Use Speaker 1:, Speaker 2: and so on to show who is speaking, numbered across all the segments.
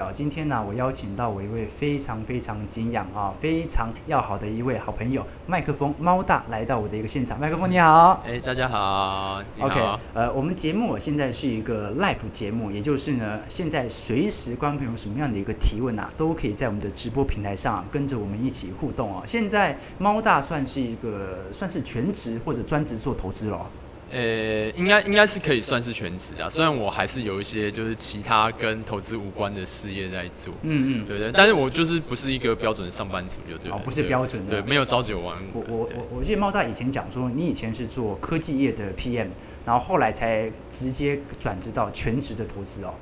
Speaker 1: 早，今天呢，我邀请到我一位非常非常敬仰啊、非常要好的一位好朋友，麦克风猫大来到我的一个现场。麦克风你好。
Speaker 2: 哎、大家好，你好
Speaker 1: OK，呃，我们节目现在是一个 live 节目，也就是呢，现在随时观众朋友有什么样的一个提问啊，都可以在我们的直播平台上、啊跟着我们一起互动哦。现在猫大算是一个算是全职或者专职做投资哦咯。
Speaker 2: 呃、应该应该是可以算是全职啊，虽然我还是有一些就是其他跟投资无关的事业在做，
Speaker 1: 嗯
Speaker 2: 对对，但是我就是不是一个标准上班族，就对
Speaker 1: 嗯，
Speaker 2: 了、
Speaker 1: 哦，不是
Speaker 2: 对
Speaker 1: 标准的。
Speaker 2: 对，没有朝九晚五
Speaker 1: 我
Speaker 2: 的，
Speaker 1: 我我我记得猫大以前讲说，你以前是做科技业的 PM，然后后来才直接转职到全职的投资哦。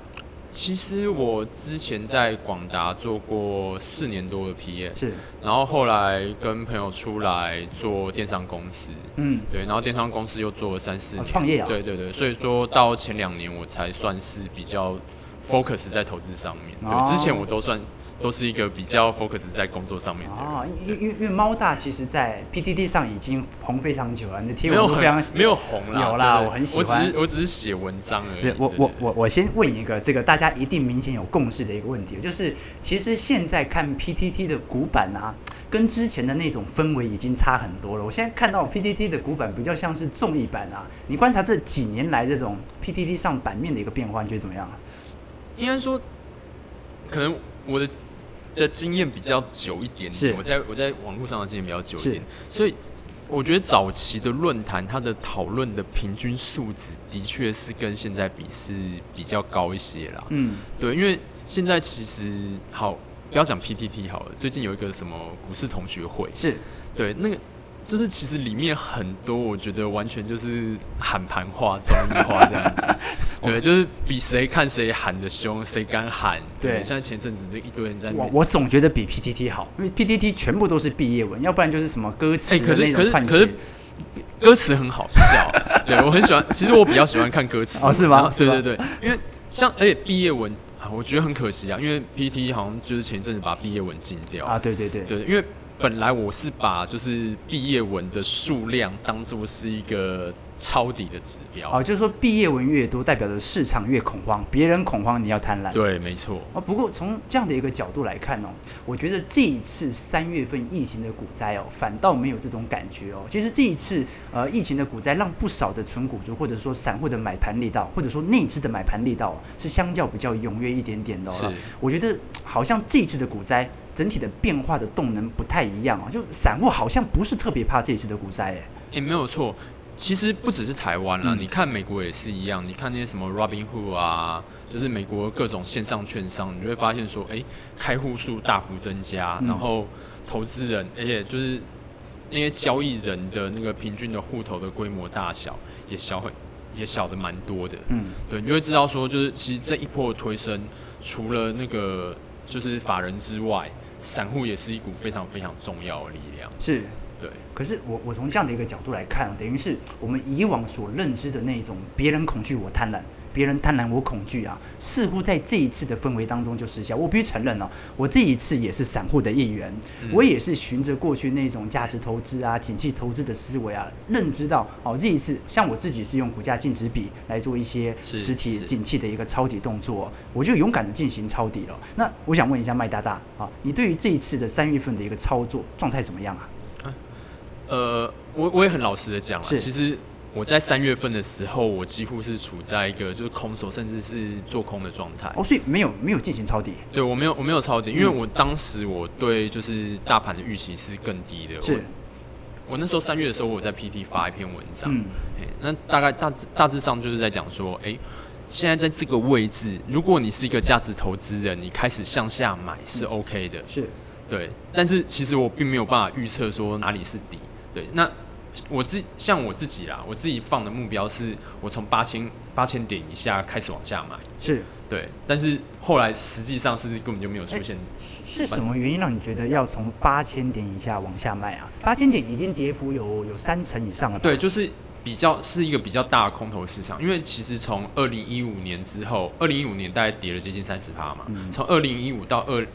Speaker 2: 其实我之前在广达做过四年多的 PM，
Speaker 1: 是，
Speaker 2: 然后后来跟朋友出来做电商公司，
Speaker 1: 嗯，
Speaker 2: 对，然后电商公司又做了三四
Speaker 1: 哦
Speaker 2: 年，
Speaker 1: 创业啊
Speaker 2: 对对对，所以说到前两年我才算是比较 focus 在投资上面，
Speaker 1: 哦
Speaker 2: 对，之前我都算都是一个比较 focus 在工作上面的人。
Speaker 1: 哦，因因因因为猫大其实，在 PTT 上已经红非常久了，你的贴
Speaker 2: 没
Speaker 1: 文
Speaker 2: 有
Speaker 1: 都
Speaker 2: 很
Speaker 1: 非常
Speaker 2: 没有红啦，
Speaker 1: 有啦
Speaker 2: 对对
Speaker 1: 我很喜欢
Speaker 2: 我只是我只是写文章而已。
Speaker 1: 对，我
Speaker 2: 对
Speaker 1: 我
Speaker 2: 对
Speaker 1: 我我先问一个，这个大家一定明显有共识的一个问题，就是其实现在看 PTT 的古板啊，跟之前的那种氛围已经差很多了。我现在看到 PTT 的古板比较像是综艺版啊。你观察这几年来这种 PTT 上版面的一个变化，你觉得怎么样啊？
Speaker 2: 应该说，可能我的的经验比较久一点
Speaker 1: 是
Speaker 2: 点，我在我在网络上的经验比较久
Speaker 1: 是
Speaker 2: 一点，所以我觉得早期的论坛它的讨论的平均素质的确是跟现在比是比较高一些啦。
Speaker 1: 嗯，
Speaker 2: 对，因为现在其实好不要讲 PTT 好了，最近有一个什么股市同学会，
Speaker 1: 是
Speaker 2: 对，那个就是其实里面很多，我觉得完全就是喊盘话、综艺化这 样子。对，就是比谁看谁喊的凶，谁敢喊。
Speaker 1: 对
Speaker 2: 像前阵子这一堆人在那
Speaker 1: 我
Speaker 2: 边。
Speaker 1: 我总觉得比 PTT 好，因为 PTT 全部都是毕业文，要不然就是什么歌词
Speaker 2: 哎可
Speaker 1: 的
Speaker 2: 是
Speaker 1: 那种
Speaker 2: 可是
Speaker 1: 串
Speaker 2: 可
Speaker 1: 写。
Speaker 2: 是歌词很好笑，对我很喜欢。其实我比较喜欢看歌词
Speaker 1: 哦是吗
Speaker 2: 然后
Speaker 1: 是吗
Speaker 2: 对对对，因为像而且毕业文啊，我觉得很可惜啊，因为 PT 好像就是前一阵子把毕业文禁掉
Speaker 1: 啊，对对对，
Speaker 2: 对，因为本来我是把就是毕业文的数量当做是一个抄底的指标。
Speaker 1: 哦，就是说毕业文越多，代表着市场越恐慌，别人恐慌，你要贪婪。
Speaker 2: 对，没错。
Speaker 1: 啊，不过从这样的一个角度来看哦，我觉得这一次三月份疫情的股灾哦，反倒没有这种感觉哦。其实这一次呃疫情的股灾，让不少的纯股族或者说散户的买盘力道，或者说内资的买盘力道、哦、是相较比较踊跃一点点的、哦。
Speaker 2: 是，
Speaker 1: 我觉得好像这一次的股灾整体的变化的动能不太一样哦，就散户好像不是特别怕这一次的股灾哎。
Speaker 2: 也、没有错。其实不只是台湾啦，
Speaker 1: 嗯
Speaker 2: 你看美国也是一样。你看那些什么 Robinhood 啊，就是美国各种线上券商，你就会发现说，哎、开户数大幅增加，
Speaker 1: 嗯
Speaker 2: 然后投资人，而且就是那些交易人的那个平均的户头的规模大小也小很，也小的蛮多的。
Speaker 1: 嗯，
Speaker 2: 对，你就会知道说，就是其实这一波的推升，除了那个就是法人之外，散户也是一股非常非常重要的力量。
Speaker 1: 是。
Speaker 2: 对，
Speaker 1: 可是我我从这样的一个角度来看，等于是我们以往所认知的那种别人恐惧我贪婪，别人贪婪我恐惧啊，似乎在这一次的氛围当中就失效。我必须承认哦，我这一次也是散户的一员，
Speaker 2: 嗯
Speaker 1: 我也是循着过去那种价值投资啊、景气投资的思维啊，认知到哦，这一次像我自己是用股价净值比来做一些
Speaker 2: 是
Speaker 1: 实体
Speaker 2: 是
Speaker 1: 景气的一个抄底动作哦，我就勇敢的进行抄底了。那我想问一下麦大大啊，你对于这一次的三月份的一个操作状态怎么样啊？
Speaker 2: 呃，我我也很老实的讲了，
Speaker 1: 是
Speaker 2: 其实我在三月份的时候，我几乎是处在一个就是空手甚至是做空的状态。
Speaker 1: 哦，所以没有没有进行抄底，
Speaker 2: 对我没有我没有抄底，因为
Speaker 1: 嗯
Speaker 2: 我当时我对就是大盘的预期是更低的。
Speaker 1: 是，
Speaker 2: 我我那时候三月的时候，我在 PT 发一篇文章，
Speaker 1: 嗯，
Speaker 2: 嘿那大概大致大致上就是在讲说，诶，现在在这个位置，如果你是一个价值投资人，你开始向下买是 OK 的，
Speaker 1: 是，
Speaker 2: 对。但是其实我并没有办法预测说哪里是底，对。那我自像我自己啦，我自己放的目标是我从八千八千点以下开始往下买，
Speaker 1: 是
Speaker 2: 对。但是后来实际上是根本就没有出现，
Speaker 1: 是是什么原因让你觉得要从八千点以下往下卖啊？八千点已经跌幅有有三成以上了吧？
Speaker 2: 对，，就是比较是一个比较大的空头市场，因为其实从二零一五年之后，二零一五年大概跌了接近三十趴嘛，
Speaker 1: 嗯
Speaker 2: 从二零一五到二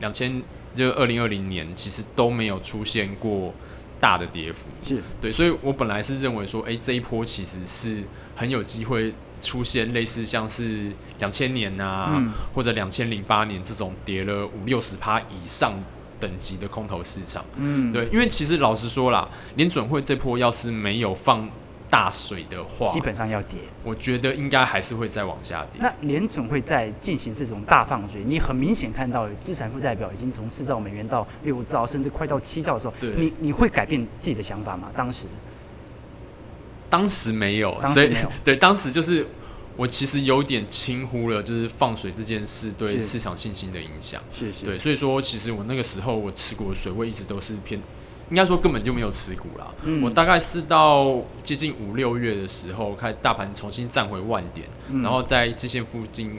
Speaker 2: 两千就二零二零年，其实都没有出现过大的跌幅，
Speaker 1: 是
Speaker 2: 对，所以我本来是认为说，哎、这一波其实是很有机会出现类似像是两千年啊，
Speaker 1: 嗯
Speaker 2: 或者两千零八年这种跌了五六十趴以上等级的空头市场。
Speaker 1: 嗯，
Speaker 2: 对，因为其实老实说啦，联准会这波要是没有放大水的话，
Speaker 1: 基本上要跌。
Speaker 2: 我觉得应该还是会再往下跌。
Speaker 1: 那联总会在进行这种大放水，你很明显看到资产负债表已经从四兆美元到六兆，甚至快到七兆的时候
Speaker 2: 对，
Speaker 1: 你你会改变自己的想法吗？当时，
Speaker 2: 当时没有，
Speaker 1: 当时
Speaker 2: 所以
Speaker 1: 没有
Speaker 2: 对，当时就是我其实有点轻忽了，就是放水这件事对
Speaker 1: 是
Speaker 2: 市场信心的影响。
Speaker 1: 是是，
Speaker 2: 对，所以说其实我那个时候我持股的水位一直都是偏，应该说根本就没有持股啦。
Speaker 1: 嗯
Speaker 2: 我大概是到接近五六月的时候，开大盘重新站回万点，
Speaker 1: 嗯
Speaker 2: 然后在季线附近，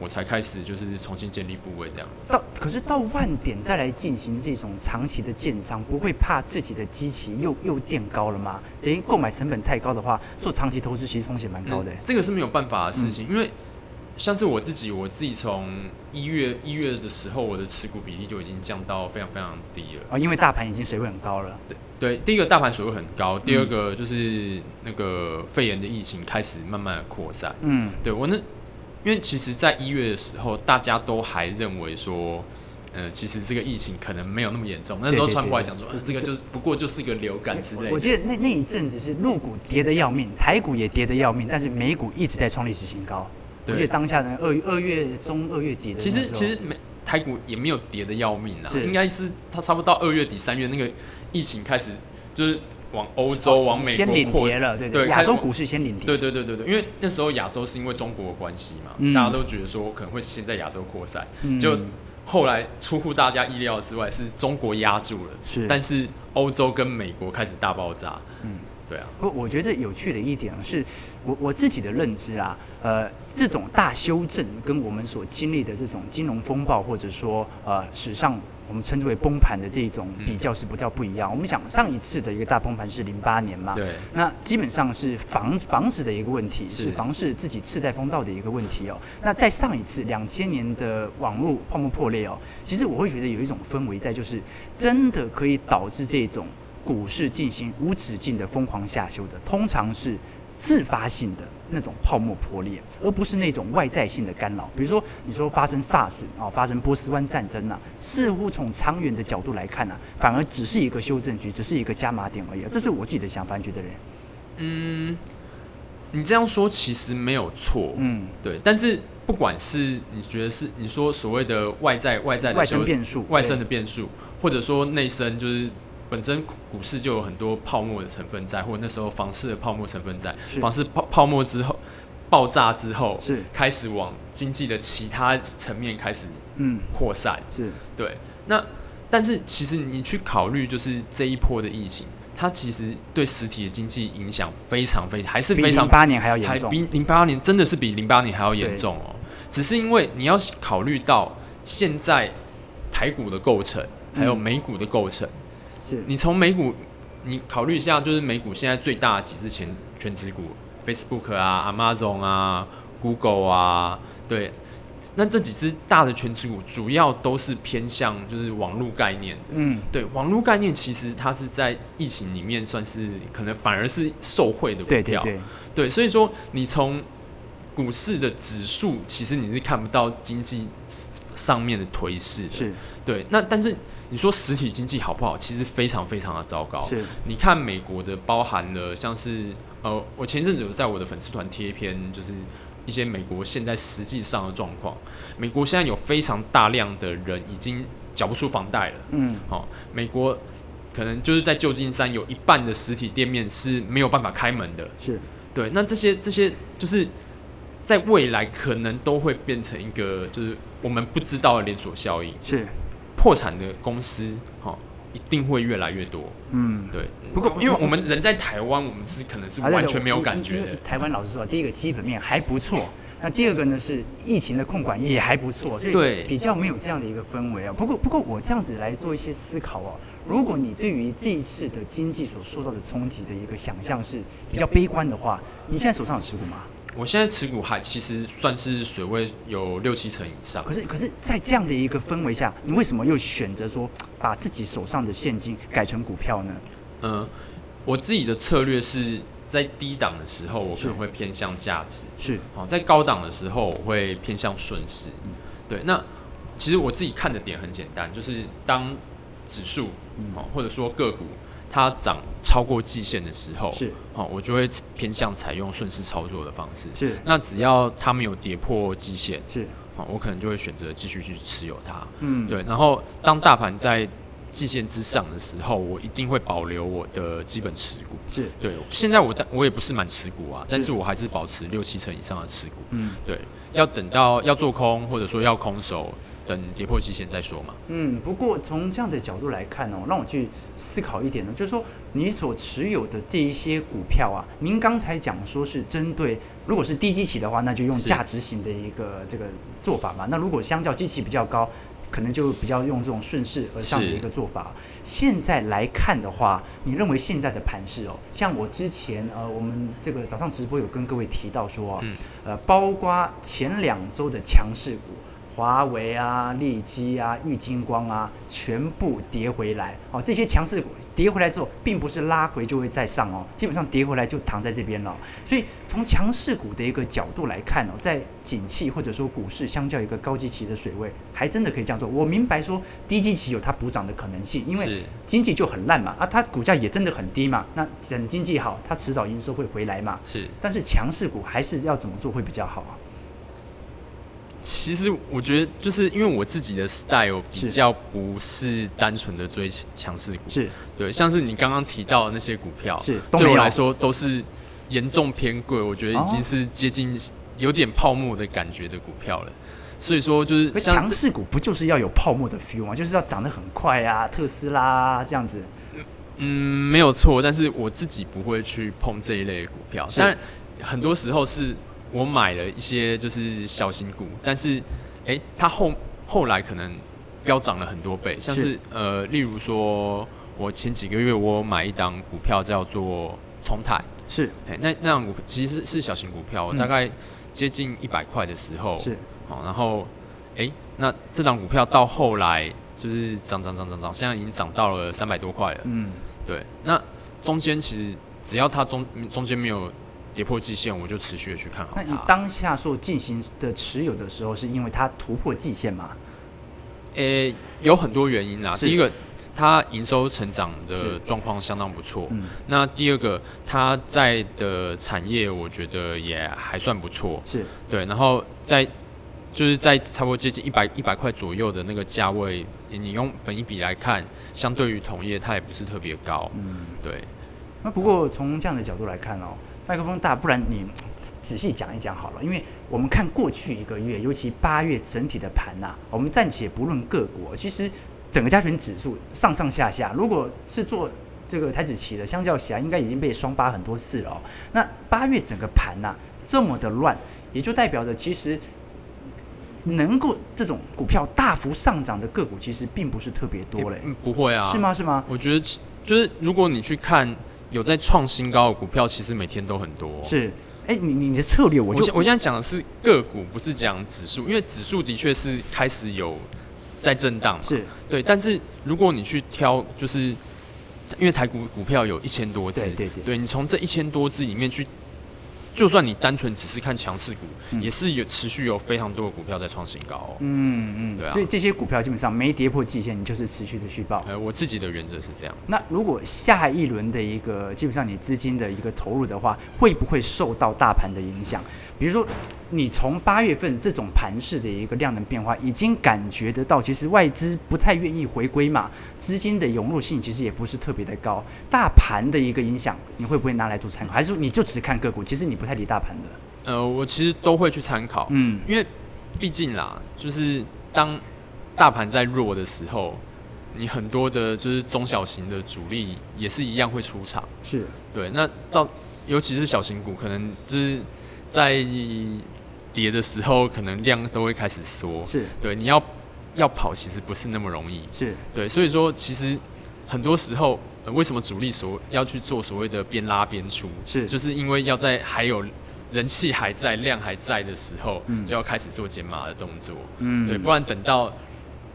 Speaker 2: 我才开始就是重新建立部位这样。
Speaker 1: 到可是到万点再来进行这种长期的建仓，不会怕自己的基期又又垫高了吗？等于购买成本太高的话，做长期投资其实风险蛮高的、嗯
Speaker 2: 嗯这个是没有办法的事情，因为像是我自己，我自己从一月一月的时候，我的持股比例就已经降到非常非常低了。
Speaker 1: 哦，因为大盘已经水位很高了，
Speaker 2: 对对，第一个大盘水位很高，第二个就是那个肺炎的疫情开始慢慢的扩散。
Speaker 1: 嗯，
Speaker 2: 对我那，因为其实，在一月的时候，大家都还认为说。呃，其实这个疫情可能没有那么严重。那时候
Speaker 1: 对对
Speaker 2: 川普还
Speaker 1: 对
Speaker 2: 讲说，
Speaker 1: 对
Speaker 2: 呃这个就是不过就是个流感之类
Speaker 1: 我
Speaker 2: 的。
Speaker 1: 觉得那那一阵子是陆股跌得要命，台股也跌得要命，但是美股一直在创历史新高。我
Speaker 2: 对
Speaker 1: 觉得当下呢，二二月中二月底的那
Speaker 2: 其
Speaker 1: 时候，
Speaker 2: 实其实没台股也没有跌的要命啦，啊
Speaker 1: 是
Speaker 2: 应该是它差不多到二月底三月那个疫情开始，就是往欧洲、往美
Speaker 1: 先领
Speaker 2: 国扩
Speaker 1: 跌。了，对
Speaker 2: 对
Speaker 1: 亚
Speaker 2: 开始
Speaker 1: 洲
Speaker 2: 往
Speaker 1: 股市先领跌，
Speaker 2: 对对对对对，因为那时候亚洲是因为中国的关系嘛，
Speaker 1: 嗯
Speaker 2: 大家都觉得说可能会先在亚洲扩散，
Speaker 1: 嗯
Speaker 2: 就后来出乎大家意料之外，是中国压住了，
Speaker 1: 是
Speaker 2: 但是欧洲跟美国开始大爆炸。
Speaker 1: 嗯，
Speaker 2: 对啊，
Speaker 1: 不，我觉得有趣的一点是，我我自己的认知啊，呃，这种大修正跟我们所经历的这种金融风暴，或者说呃史上我们称之为崩盘的这种比较是不叫不一样。我们讲上一次的一个大崩盘是零八年嘛，
Speaker 2: 对，
Speaker 1: 那基本上是房房子的一个问题，
Speaker 2: 是
Speaker 1: 是房市自己次贷风暴的一个问题哦。那在上一次两千年的网络泡沫破裂哦，其实我会觉得有一种氛围在，就是真的可以导致这种股市进行无止境的疯狂下修的，通常是自发性的那种泡沫破裂，而不是那种外在性的干扰。比如说，你说发生 SARS 啊、发生波斯湾战争啊，似乎从长远的角度来看啊，反而只是一个修正局，只是一个加码点而已啊。这是我自己的想法，你觉得嘞？
Speaker 2: 嗯，你这样说其实没有错，
Speaker 1: 嗯，
Speaker 2: 对，但是不管是你觉得是你说所谓的外在外在的
Speaker 1: 外
Speaker 2: 修
Speaker 1: 生变数，
Speaker 2: 外生的变数，或者说内生就是本身股股市就有很多泡沫的成分在，或者那时候房市的泡沫成分在，
Speaker 1: 是
Speaker 2: 房市泡泡沫之后爆炸之后
Speaker 1: 对，是，
Speaker 2: 开始往经济的其他层面开始
Speaker 1: 嗯，
Speaker 2: 扩散。
Speaker 1: 是
Speaker 2: 对，那但是其实你去考虑，就是这一波的疫情，它其实对实体的经济影响非常非还是
Speaker 1: 比
Speaker 2: 非常
Speaker 1: 零八年还要
Speaker 2: 还
Speaker 1: 严重，
Speaker 2: 比零八年真的是比零八年还要严重哦。只是因为你要考虑到现在台股的构成，还有
Speaker 1: 嗯
Speaker 2: 美股的构成。
Speaker 1: 是
Speaker 2: 你从美股，你考虑一下，就是美股现在最大的几只前全指股，Facebook 啊、Amazon 啊、Google 啊，对。那这几只大的全指股主要都是偏向就是网络概念的，
Speaker 1: 嗯，
Speaker 2: 对网络概念其实它是在疫情里面算是可能反而是受惠的股
Speaker 1: 对
Speaker 2: 票，
Speaker 1: 对对，
Speaker 2: 对，所以说你从股市的指数，其实你是看不到经济上面的颓势的。
Speaker 1: 是
Speaker 2: 对，那但是你说实体经济好不好？其实非常非常的糟糕。
Speaker 1: 是，
Speaker 2: 你看美国的，包含了像是呃，我前阵子有在我的粉丝团贴一篇，就是一些美国现在实际上的状况。美国现在有非常大量的人已经缴不出房贷了。
Speaker 1: 嗯，
Speaker 2: 哦，美国可能就是在旧金山有一半的实体店面是没有办法开门的。
Speaker 1: 是
Speaker 2: 对，那这些这些就是在未来可能都会变成一个就是我们不知道的连锁效应，
Speaker 1: 是，
Speaker 2: 破产的公司哈、哦一定会越来越多。
Speaker 1: 嗯。
Speaker 2: 对，
Speaker 1: 不过
Speaker 2: 因为我们人在台湾，我们是可能是
Speaker 1: 啊对
Speaker 2: 完
Speaker 1: 对
Speaker 2: 全
Speaker 1: 我
Speaker 2: 没有
Speaker 1: 因
Speaker 2: 感
Speaker 1: 因
Speaker 2: 觉
Speaker 1: 因为
Speaker 2: 的。
Speaker 1: 台湾老实说，第一个基本面还不错，那第二个呢是疫情的控管也还不错，所
Speaker 2: 对
Speaker 1: 以比较没有这样的一个氛围啊。不过不过我这样子来做一些思考哦，如果你对于这一次的经济所受到的冲击的一个想象是比较悲观的话，你现在手上有持股吗？
Speaker 2: 我现在持股还其实算是水位有六七成以上
Speaker 1: 可。是可是，在这样的一个氛围下，你为什么又选择说把
Speaker 2: 呃
Speaker 1: 自己手上的现金改成股票呢？
Speaker 2: 嗯、我自己的策略是在低档的时候，我可
Speaker 1: 是
Speaker 2: 能会偏向价值；
Speaker 1: 是
Speaker 2: 好，哦在高档的时候，我会偏向顺势。
Speaker 1: 嗯
Speaker 2: 对，那其实我自己看的点很简单，就是当指数
Speaker 1: 嗯
Speaker 2: 哦，或者说个股它涨超过季线的时候，
Speaker 1: 是
Speaker 2: 好，我就会偏向采用顺势操作的方式。
Speaker 1: 是
Speaker 2: 那只要它没有跌破季线，
Speaker 1: 是，
Speaker 2: 好，我可能就会选择继续去持有它。
Speaker 1: 嗯，
Speaker 2: 对，然后当大盘在季线之上的时候，我一定会保留我的基本持股。
Speaker 1: 是
Speaker 2: 对，现在我但我也不是满持股啊，但
Speaker 1: 是
Speaker 2: 是我还是保持六七成以上的持股。
Speaker 1: 嗯
Speaker 2: 对，要等到要做空或者说要空手，等跌破季线再说嘛。
Speaker 1: 嗯。不过从这样的角度来看哦，让我去思考一点呢，就是说你所持有的这一些股票啊，您刚才讲说是针对如果是低基期的话，那就用
Speaker 2: 是
Speaker 1: 价值型的一个这个做法嘛。那如果相较基期比较高，可能就比较用这种顺势而上的
Speaker 2: 是
Speaker 1: 一个做法。现在来看的话，你认为现在的盘势哦，像我之前呃，我们这个早上直播有跟各位提到说、啊，
Speaker 2: 嗯
Speaker 1: 呃，包括前两周的强势股。华为啊、利基啊、玉金光啊，全部跌回来。哦，这些强势股跌回来之后，并不是拉回就会再上哦，基本上跌回来就躺在这边了哦。所以从强势股的一个角度来看哦，在景气或者说股市相较一个高基期的水位，还真的可以这样做。我明白说低基期有它补涨的可能性，因为
Speaker 2: 是
Speaker 1: 经济就很烂嘛，啊，它股价也真的很低嘛。那等经济好，它迟早营收会回来嘛。
Speaker 2: 是，
Speaker 1: 但是强势股还是要怎么做会比较好啊？
Speaker 2: 其实我觉得就是因为我自己的 style
Speaker 1: 是
Speaker 2: 比较不是单纯的追强势股，
Speaker 1: 是
Speaker 2: 对，像是你刚刚提到的那些股票，
Speaker 1: 是，都
Speaker 2: 对
Speaker 1: 没
Speaker 2: 我
Speaker 1: 有哦
Speaker 2: 来说都是严重偏贵，我觉得已经是接近有点泡沫的感觉的股票了。所以说就是
Speaker 1: 可
Speaker 2: 像
Speaker 1: 强势股不就是要有泡沫的 feel 吗？就是要涨得很快啊，特斯拉、啊、这样子。
Speaker 2: 嗯没有错，但是我自己不会去碰这一类的股票。
Speaker 1: 是
Speaker 2: 当然，很多时候是我买了一些就是小型股，但是诶，它后后来可能飙涨了很多倍，像是
Speaker 1: 是
Speaker 2: 呃，例如说我前几个月我有买一档股票叫做重泰。
Speaker 1: 是
Speaker 2: 哎，那那样股其实是是小型股票，我
Speaker 1: 嗯
Speaker 2: 大概接近一百块的时候，
Speaker 1: 是
Speaker 2: 好、然后哎、那这档股票到后来就是涨涨涨涨涨，现在已经涨到了三百多块了。
Speaker 1: 嗯
Speaker 2: 对，那中间其实只要它中中间没有跌破季线，我就持续的去看好
Speaker 1: 那你
Speaker 2: 它。
Speaker 1: 当下所进行的持有的时候，是因为它突破季线嘛？
Speaker 2: 诶、有很多原因啦，
Speaker 1: 是
Speaker 2: 第一个它营收成长的
Speaker 1: 是
Speaker 2: 状况相当不错，
Speaker 1: 嗯，
Speaker 2: 那第二个它在的产业我觉得也还算不错，
Speaker 1: 是
Speaker 2: 对，然后在就是在差不多接近一百一百块左右的那个价位，你用本一比来看，相对于同业它也不是特别高。
Speaker 1: 嗯。
Speaker 2: 对，
Speaker 1: 那不过从这样的角度来看哦，麦克风大，不然你仔细讲一讲好了，因为我们看过去一个月，尤其八月整体的盘呐、我们暂且不论个股哦，其实整个加权指数上上下下，如果是做这个台指期的，相较起来应该已经被双八很多次了哦。那八月整个盘呐、这么的乱，也就代表着其实。能够这种股票大幅上涨的个股，其实并不是特别多嘞
Speaker 2: 也，嗯不会啊，
Speaker 1: 是？吗？是吗？
Speaker 2: 我觉得其就是如果你去看有在创新高的股票，其实每天都很多。
Speaker 1: 是，哎、你你的策略，我
Speaker 2: 我
Speaker 1: 就
Speaker 2: 现我现在讲的是个股，不是讲指数，因为指数的确是开始有在震荡嘛。
Speaker 1: 是
Speaker 2: 对，但是如果你去挑，就是因为台股股票有一千多只
Speaker 1: 对，对对，
Speaker 2: 对你从这一千多只里面去，就算你单纯只是看强势股，
Speaker 1: 嗯
Speaker 2: 也是有持续有非常多的股票在创新高、哦。
Speaker 1: 嗯嗯，
Speaker 2: 对啊
Speaker 1: 所以这些股票基本上没跌破季线，你就是持续的续报。
Speaker 2: 呃，我自己的原则是这样，
Speaker 1: 那如果下一轮的一个基本上你资金的一个投入的话，会不会受到大盘的影响？比如说，你从八月份这种盘势的一个量能变化，已经感觉得到，其实外资不太愿意回归嘛，资金的涌入性其实也不是特别的高。大盘的一个影响，你会不会拿来做参考？还是你就只看个股？其实你不太理大盘的。
Speaker 2: 呃，我其实都会去参考，
Speaker 1: 嗯，
Speaker 2: 因为毕竟啦，就是当大盘在弱的时候，你很多的就是中小型的主力也是一样会出场。
Speaker 1: 是
Speaker 2: 对，那到尤其是小型股，可能就是在跌的时候，可能量都会开始缩。
Speaker 1: 是
Speaker 2: 对，你要要跑其实不是那么容易。
Speaker 1: 是，
Speaker 2: 对，所以说其实很多时候，呃、为什么主力所要去做所谓的边拉边出，
Speaker 1: 是
Speaker 2: 就是因为要在还有人气还在、量还在的时候，
Speaker 1: 嗯
Speaker 2: 就要开始做减码的动作。
Speaker 1: 嗯
Speaker 2: 对，不然等到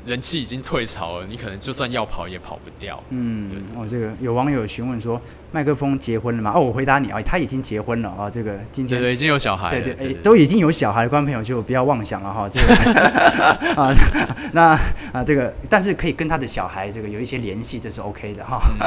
Speaker 2: 人气已经退潮了，你可能就算要跑也跑不掉。对
Speaker 1: 嗯，哦，这个有网友询问说，麦克风结婚了吗？哦，我回答你啊、哦，他已经结婚了啊、哦，这个今
Speaker 2: 对
Speaker 1: 天
Speaker 2: 对，已经有小孩了，
Speaker 1: 对
Speaker 2: 对
Speaker 1: 对，哎，都已经有小孩的观众朋友就不要妄想了哈，这个 啊，那啊，这个但是可以跟他的小孩这个有一些联系，这是 OK 的哈。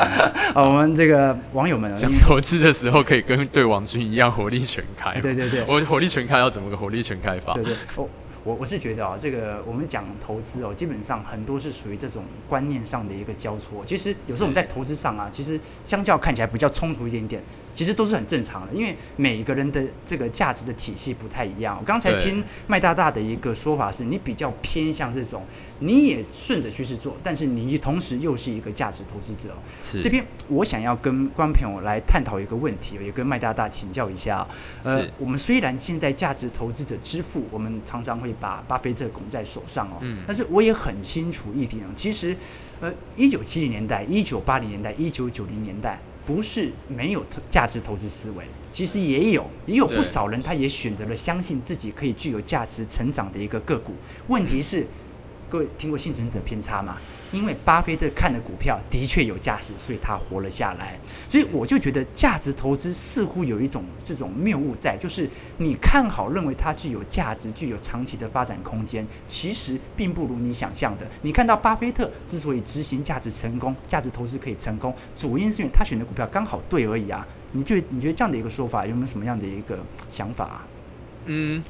Speaker 1: 啊，我们这个网友们啊，
Speaker 2: 嗯 想投资的时候可以跟对王军一样火力全开
Speaker 1: 哎。对对对，
Speaker 2: 我火力全开要怎么个火力全开法？
Speaker 1: 对对，我我我是觉得啊、这个我们讲投资哦，基本上很多是属于这种观念上的一个交错。其实有时候我们在投资上啊，其实相较看起来比较冲突一点点，其实都是很正常的，因为每一个人的这个价值的体系不太一样。我刚才
Speaker 2: 对
Speaker 1: 听麦大大的一个说法是，你比较偏向这种，你也顺着趋势做，但是你同时又是一个价值投资者哦、
Speaker 2: 是
Speaker 1: 这边我想要跟观众朋友来探讨一个问题，也跟麦大大请教一下。呃
Speaker 2: 是，
Speaker 1: 我们虽然现在价值投资者之父，我们常常会把巴菲特拱在手上哦，
Speaker 2: 嗯
Speaker 1: 但是我也很清楚一点哦，其实，呃，一九七零年代、一九八零年代、一九九零年代。不是没有投价值投资思维，其实也有，也有不
Speaker 2: 对
Speaker 1: 少人他也选择了相信自己可以具有价值成长的一个个股。问题是，各位听过幸存者偏差吗？因为巴菲特看的股票的确有价值，所以他活了下来。所以我就觉得价值投资似乎有一种这种谬误在，就是你看好认为它具有价值、具有长期的发展空间，其实并不如你想象的。你看到巴菲特之所以执行价值成功、价值投资可以成功，主因是因为他选的股票刚好对而已啊。你觉得你觉得这样的一个说法有没有什么样的一个想法、啊？
Speaker 2: 嗯，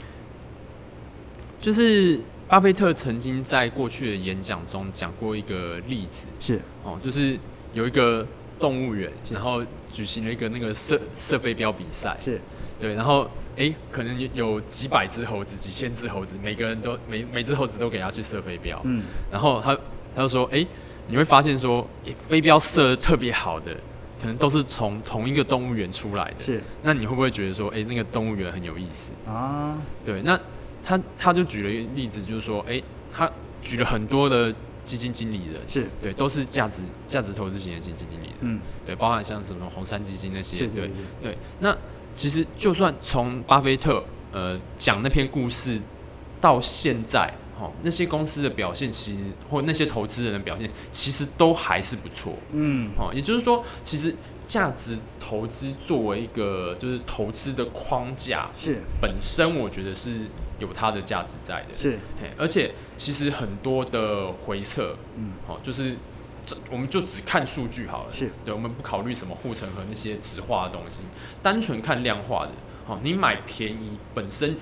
Speaker 2: 就是巴菲特曾经在过去的演讲中讲过一个例子
Speaker 1: 是
Speaker 2: 哦，就是有一个动物园，
Speaker 1: 是
Speaker 2: 然后举行了一个那个射射飞镖比赛，
Speaker 1: 是，
Speaker 2: 对，然后诶，可能有有几百只猴子、几千只猴子，每个人都每每只猴子都给他去射飞镖，
Speaker 1: 嗯
Speaker 2: 然后他他就说，诶，你会发现说，诶飞镖射的特别好的，可能都是从同一个动物园出来的，
Speaker 1: 是
Speaker 2: 那你会不会觉得说，诶，那个动物园很有意思？
Speaker 1: 啊
Speaker 2: 对，那他他就举了一个例子，就是说，诶，他举了很多的基金经理人，
Speaker 1: 是
Speaker 2: 对，都是价值价值投资型的基金经理人，
Speaker 1: 嗯
Speaker 2: 对，包含像什么红杉基金那些，
Speaker 1: 是
Speaker 2: 对
Speaker 1: 对对
Speaker 2: 对。那其实就算从巴菲特呃讲那篇故事到现在，哦，那些公司的表现其实或那些投资人的表现，其实都还是不错，
Speaker 1: 嗯
Speaker 2: 哦，也就是说，其实价值投资作为一个就是投资的框架，
Speaker 1: 是
Speaker 2: 本身我觉得是有它的价值在的，
Speaker 1: 是
Speaker 2: 嘿，而且其实很多的回测，
Speaker 1: 嗯
Speaker 2: 好、就是这我们就只看数据好了，
Speaker 1: 是
Speaker 2: 对，我们不考虑什么护城河那些直化的东西，单纯看量化的，好、你买便宜本身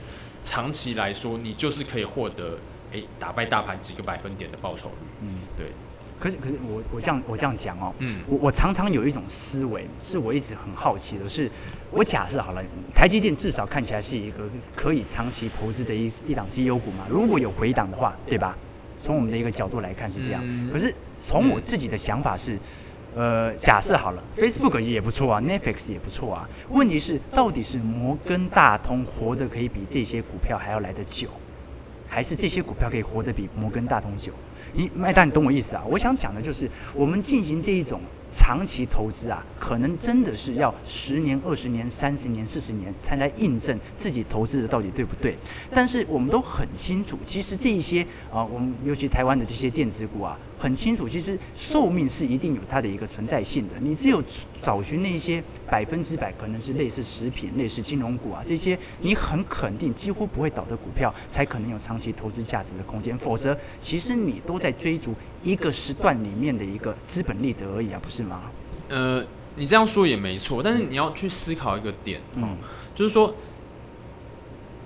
Speaker 2: 长期来说，你就是可以获得。诶打败大盘几个百分点的报酬率，
Speaker 1: 嗯。
Speaker 2: 对，
Speaker 1: 可是可是我我这样我这样讲哦，
Speaker 2: 嗯，
Speaker 1: 我我常常有一种思维，是我一直很好奇的是，我假设好了，台积电至少看起来是一个可以长期投资的一一档绩优股嘛，如果有回档的话，对吧？从我们的一个角度来看是这样，
Speaker 2: 嗯
Speaker 1: 可是从我自己的想法是。呃，假设好了，Facebook 也不错啊，Netflix 也不错啊。问题是，到底是摩根大通活得可以比这些股票还要来得久，还是这些股票可以活得比摩根大通久？你麦大，你懂我意思啊？我想讲的就是，我们进行这一种长期投资啊，可能真的是要十年、二十年、三十年、四十年才来印证自己投资的到底对不对。但是我们都很清楚，其实这一些啊、我们尤其台湾的这些电子股啊，很清楚，其实寿命是一定有它的一个存在性的。你只有找寻那一些百分之百可能是类似食品、类似金融股啊这些，你很肯定几乎不会倒的股票，才可能有长期投资价值的空间。否则，其实你都在追逐一个时段里面的一个资本利得而已啊，不是吗？
Speaker 2: 呃，你这样说也没错，但是你要去思考一个点，哦
Speaker 1: 嗯，
Speaker 2: 就是说，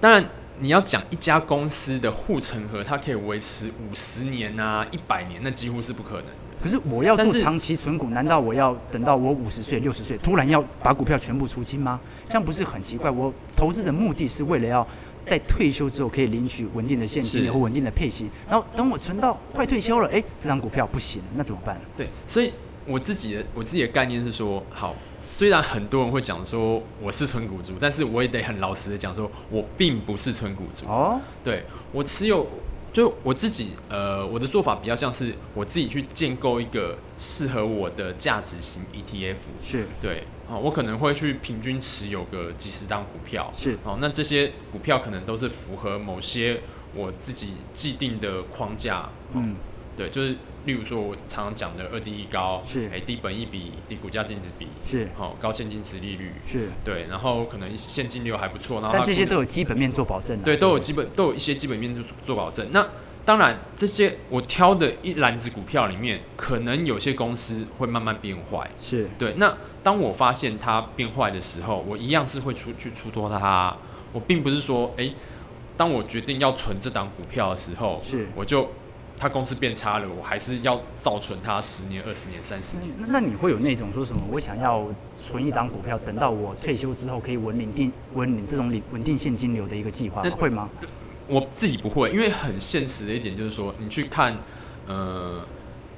Speaker 2: 当然你要讲一家公司的护城河，它可以维持五十年啊、一百年，那几乎是不可能的。
Speaker 1: 可是我要
Speaker 2: 但
Speaker 1: 做
Speaker 2: 是
Speaker 1: 长期存股，难道我要等到我五十岁、六十岁，突然要把股票全部出清吗？这样不是很奇怪？我投资的目的是为了要在退休之后可以领取稳定的现金
Speaker 2: 是
Speaker 1: 流或稳定的配息，然后等我存到快退休了，诶，这张股票不行，那怎么办？
Speaker 2: 对，所以我自己的我自己的概念是说，好，虽然很多人会讲说我是纯股族，但是我也得很老实的讲说，我并不是纯股族。
Speaker 1: 哦，
Speaker 2: 对我持有，就我自己，呃，我的做法比较像是我自己去建构一个适合我的价值型 E ETF。
Speaker 1: 是
Speaker 2: 对，哦，我可能会去平均持有个几十档股票，
Speaker 1: 是
Speaker 2: 哦，那这些股票可能都是符合某些我自己既定的框架，哦
Speaker 1: 嗯，
Speaker 2: 对，就是例如说我常常讲的二低一高，
Speaker 1: 是
Speaker 2: 哎低本益比、低股价净值比，
Speaker 1: 是
Speaker 2: 好、高现金值利率，
Speaker 1: 是，
Speaker 2: 对，然后可能现金流还不错，然后
Speaker 1: 但
Speaker 2: 它
Speaker 1: 这些
Speaker 2: 股
Speaker 1: 都有基本面做保证、啊。
Speaker 2: 对，都有基本都有一些基本面做做保证。那当然，这些我挑的一篮子股票里面，可能有些公司会慢慢变坏。
Speaker 1: 是
Speaker 2: 对，那当我发现它变坏的时候，我一样是会出去出脱它。我并不是说，诶，当我决定要存这档股票的时候，
Speaker 1: 是。
Speaker 2: 我就它公司变差了，我还是要照存它十年、二十年、三十年。
Speaker 1: 那那你会有那种说什么？我想要存一档股票，等到我退休之后可以稳领定稳领这种领稳定现金流的一个计划吗？
Speaker 2: 那
Speaker 1: 会吗？
Speaker 2: 我自己不会，因为很现实的一点就是说，你去看呃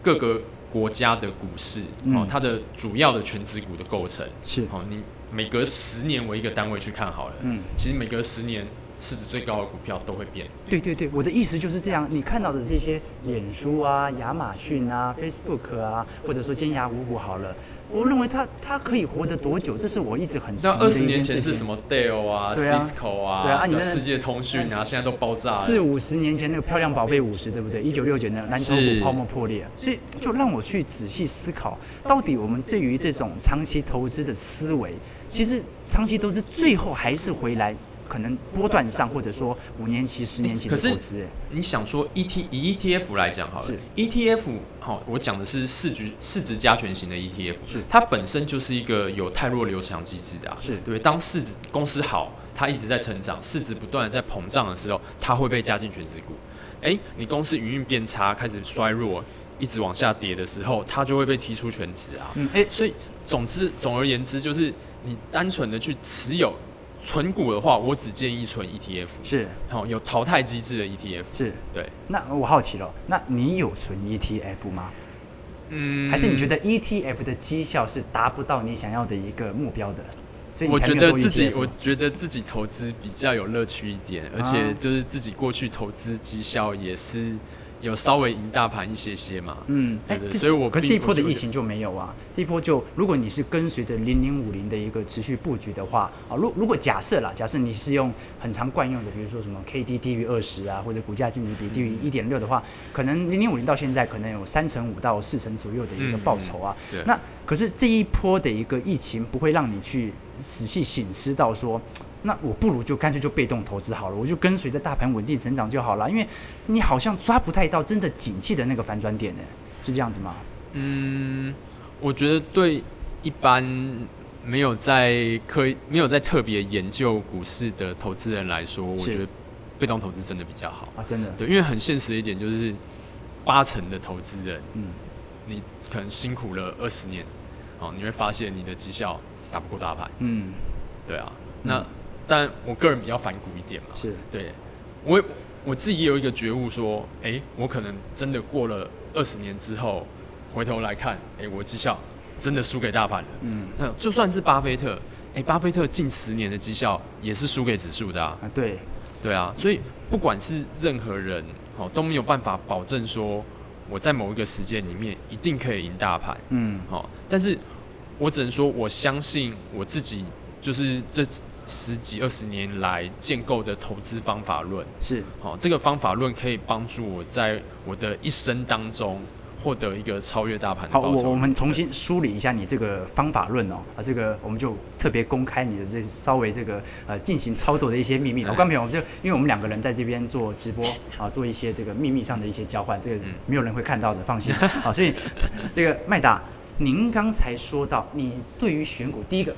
Speaker 2: 各个国家的股市
Speaker 1: 嗯，
Speaker 2: 哦它的主要的全指股的构成
Speaker 1: 是，
Speaker 2: 哦，你每隔十年为一个单位去看好了，
Speaker 1: 嗯，
Speaker 2: 其实每隔十年市值最高的股票都会变。
Speaker 1: 对对对，我的意思就是这样。你看到的这些脸书啊、亚马逊啊、Facebook 啊，或者说尖牙五谷好了，我认为它它可以活得多久，这是我一直很
Speaker 2: 那
Speaker 1: 质疑的
Speaker 2: 二十
Speaker 1: 一
Speaker 2: 年
Speaker 1: 件事
Speaker 2: 前是
Speaker 1: 情
Speaker 2: 什么 Dell 啊、
Speaker 1: 对啊
Speaker 2: Cisco 啊、
Speaker 1: 对啊啊你那
Speaker 2: 世界通讯啊，现在都爆炸
Speaker 1: 四
Speaker 2: 了。
Speaker 1: 五十年前那个漂亮宝贝五十，对不对？一九六九年蓝筹股
Speaker 2: 是
Speaker 1: 泡沫破裂，啊所以就让我去仔细思考，到底我们对于这种长期投资的思维，其实长期投资最后还是回来。可能波段上，或者说五年期、十年期的
Speaker 2: 可是
Speaker 1: 投资，哎
Speaker 2: 你想说 E T 以 E T F 来讲好了
Speaker 1: 是
Speaker 2: ，E T F 好、我讲的是市值市值加权型的 E T F，
Speaker 1: 是
Speaker 2: 它本身就是一个有太弱留强机制的、啊，
Speaker 1: 是
Speaker 2: 对。当市值公司好，它一直在成长，市值不断的在膨胀的时候，它会被加进全值股。诶，你公司营运变差，开始衰弱，一直往下跌的时候，它就会被踢出全值啊。
Speaker 1: 嗯，哎，
Speaker 2: 所以，总之，总而言之，就是你单纯的去持有存股的话，我只建议存 ETF，
Speaker 1: 是
Speaker 2: 好、有淘汰机制的 ETF。
Speaker 1: 是。
Speaker 2: 对，
Speaker 1: 那我好奇了，那你有存 ETF 吗？
Speaker 2: 嗯
Speaker 1: 还是你觉得 ETF 的绩效是达不到你想要的一个目标的？所以你
Speaker 2: 我
Speaker 1: 才
Speaker 2: 觉
Speaker 1: 没有
Speaker 2: 得
Speaker 1: 做 E
Speaker 2: 自己，
Speaker 1: ETF
Speaker 2: 我觉得自己投资比较有乐趣一
Speaker 1: 啊
Speaker 2: 点，而且就是自己过去投资绩效也是有稍微赢大盘一些些嘛。
Speaker 1: 嗯，哎
Speaker 2: 对对，
Speaker 1: 这
Speaker 2: 所以我
Speaker 1: 可是
Speaker 2: 并
Speaker 1: 这一波的
Speaker 2: 我
Speaker 1: 疫情就没有啊，这一波就如果你是跟随着零零五零的一个持续布局的话，啊，如如果假设啦，假设你是用很常惯用的，比如说什么 KD 低于二十啊，或者股价净值比低于一点六的话，可能零零五零到现在可能有三成五到四成左右的一个
Speaker 2: 嗯
Speaker 1: 报酬啊。
Speaker 2: 对
Speaker 1: 那可是这一波的一个疫情不会让你去仔细醒思到说。那我不如就干脆就被动投资好了，我就跟随着大盘稳定成长就好了，因为你好像抓不太到真的景气的那个反转点呢，是这样子吗？
Speaker 2: 嗯，我觉得对一般没有在刻意没有在特别研究股市的投资人来说，我
Speaker 1: 是
Speaker 2: 觉得被动投资真的比较好。
Speaker 1: 啊，真的，
Speaker 2: 对，因为很现实的一点就是，八成的投资人
Speaker 1: 嗯，
Speaker 2: 你可能辛苦了二十年，哦，你会发现你的绩效打不过大盘。
Speaker 1: 嗯，
Speaker 2: 对啊，那、但我个人比较反骨一点嘛，
Speaker 1: 是
Speaker 2: 对我我自己也有一个觉悟，说，哎、我可能真的过了二十年之后，回头来看，哎、我绩效真的输给大盘了。
Speaker 1: 嗯
Speaker 2: 那就算是巴菲特，哎、巴菲特近十年的绩效也是输给指数的啊，
Speaker 1: 啊，对，
Speaker 2: 对啊，所以不管是任何人，哦，都没有办法保证说我在某一个时间里面一定可以赢大盘。
Speaker 1: 嗯
Speaker 2: 哦，但是我只能说，我相信我自己，就是这十几二十年来建构的投资方法论。
Speaker 1: 是，
Speaker 2: 哦，这个方法论可以帮助我在我的一生当中获得一个超越大盘的
Speaker 1: 好，
Speaker 2: 报
Speaker 1: 我
Speaker 2: 酬。
Speaker 1: 我们重新梳理一下你这个方法论哦，啊，这个我们就特别公开你的这稍微这个呃进行操作的一些秘密了。
Speaker 2: 哎
Speaker 1: 我刚朋友就因为我们两个人在这边做直播啊，做一些这个秘密上的一些交换，这个
Speaker 2: 嗯
Speaker 1: 没有人会看到的，放心。好，所以这个麦达，您刚才说到你对于选股，第一个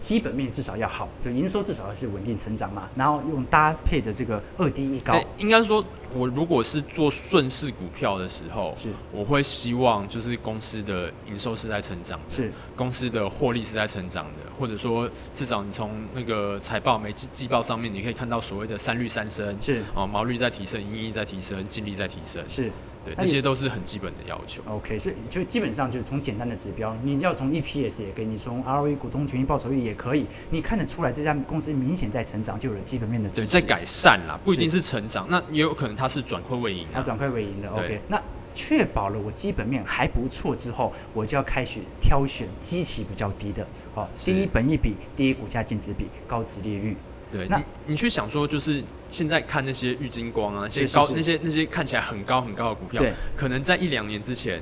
Speaker 1: 基本面至少要好，就营收至少要是稳定成长嘛，然后用搭配的这个二低一高，
Speaker 2: 诶应该说，我如果是做顺势股票的时候，
Speaker 1: 是
Speaker 2: 我会希望就是公司的营收是在成长的，
Speaker 1: 是
Speaker 2: 公司的获利是在成长的，或者说至少你从那个财报每季季报上面，你可以看到所谓的三率三升，
Speaker 1: 是
Speaker 2: 哦，毛率在提升，盈利在提升，净利在提升，
Speaker 1: 是
Speaker 2: 对，
Speaker 1: 那
Speaker 2: 这
Speaker 1: 你
Speaker 2: 些都是很基本的要求。
Speaker 1: OK，所以就基本上就是从简单的指标，你要从 EPS 也可以，你从 ROE 股东权益报酬率也可以，你看得出来这家公司明显在成长，就有了基本面的支
Speaker 2: 对，
Speaker 1: 持，
Speaker 2: 在改善啦，不一定是成长，那也有可能它是转亏为盈
Speaker 1: 要
Speaker 2: 啊。
Speaker 1: 转亏为盈的。
Speaker 2: 对
Speaker 1: OK，那确保了我基本面还不错之后，我就要开始挑选基期比较低的，哦，
Speaker 2: 是
Speaker 1: 第一本益比、第一股价净值比、高值利率。
Speaker 2: 对
Speaker 1: 那
Speaker 2: 你，你去想说，就是现在看那些郁金光啊，那些
Speaker 1: 是是
Speaker 2: 高
Speaker 1: 是
Speaker 2: 那些那些看起来很高很高的股票
Speaker 1: 对，
Speaker 2: 可能在一两年之前，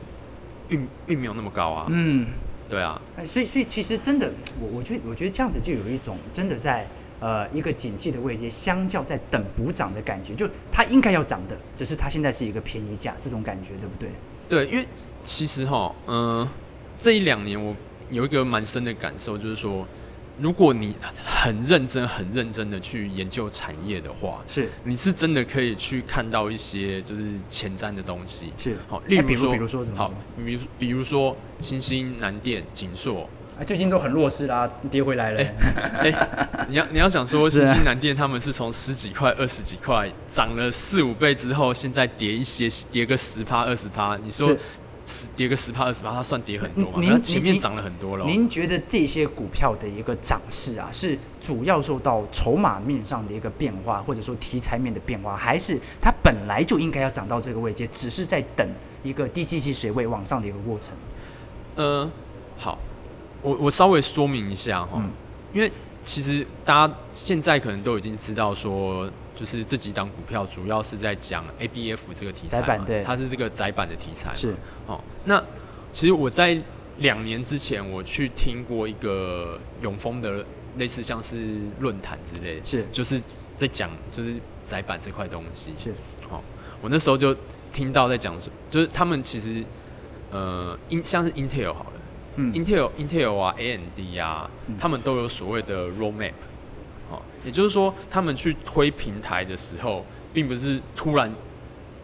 Speaker 2: 运运没有那么高啊。
Speaker 1: 嗯，
Speaker 2: 对啊，
Speaker 1: 哎所以所以其实真的，我我觉得我觉得这样子就有一种真的在呃一个景气的位阶，相较在等补涨的感觉，就它应该要涨的，只是它现在是一个便宜价，这种感觉对不对？
Speaker 2: 对，因为其实哈，嗯、这一两年我有一个蛮深的感受，就是说，如果你很认真、很认真的去研究产业的话，
Speaker 1: 是
Speaker 2: 你是真的可以去看到一些就是前瞻的东西。
Speaker 1: 是，
Speaker 2: 好，例
Speaker 1: 哎
Speaker 2: 如
Speaker 1: 比
Speaker 2: 说，
Speaker 1: 比如说怎么
Speaker 2: 好
Speaker 1: 说？，
Speaker 2: 比如比如说新兴、南电、锦硕，
Speaker 1: 啊，最近都很弱势啦，跌回来了。
Speaker 2: 哎哎、你要你要想说，
Speaker 1: 是啊
Speaker 2: 新兴南电他们是从十几块、二十几块涨了四五倍之后，现在跌一些，跌个十趴、二十趴，你说
Speaker 1: 是
Speaker 2: 十跌个十趴、二十趴，它算跌很多嘛？
Speaker 1: 您
Speaker 2: 它
Speaker 1: 您
Speaker 2: 前面涨了很多了。
Speaker 1: 您觉得这些股票的一个涨势啊，是主要受到筹码面上的一个变化，或者说题材面的变化，还是它本来就应该要涨到这个位阶，只是在等一个低基期水位往上的一个过程？
Speaker 2: 嗯、好，我我稍微说明一下哈，
Speaker 1: 嗯
Speaker 2: 因为其实大家现在可能都已经知道说。就是这几档股票主要是在讲 A B F 这个题材
Speaker 1: 窄板
Speaker 2: 嘛
Speaker 1: 对
Speaker 2: 它是这个窄板的题材嘛，
Speaker 1: 是
Speaker 2: 哦，那其实我在两年之前，我去听过一个永丰的类似像是论坛之类的，
Speaker 1: 是
Speaker 2: 就是在讲就是窄板这块东西。
Speaker 1: 是，
Speaker 2: 哦，我那时候就听到在讲说，就是他们其实呃，英像是 Intel 好了、i
Speaker 1: 嗯
Speaker 2: n t e l Intel 啊，AMD 啊，
Speaker 1: 嗯
Speaker 2: 他们都有所谓的 roadmap。哦，也就是说，他们去推平台的时候，并不是突然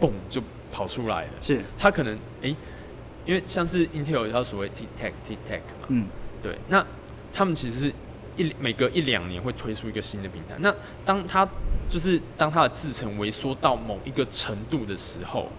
Speaker 2: 蹦就跑出来了。
Speaker 1: 是
Speaker 2: 它可能诶、因为像是 Intel 它所谓 T Tech T Tech 嘛，
Speaker 1: 嗯
Speaker 2: 对，那他们其实是一每隔一两年会推出一个新的平台。那当它就是当它的制程萎缩到某一个程度的时候，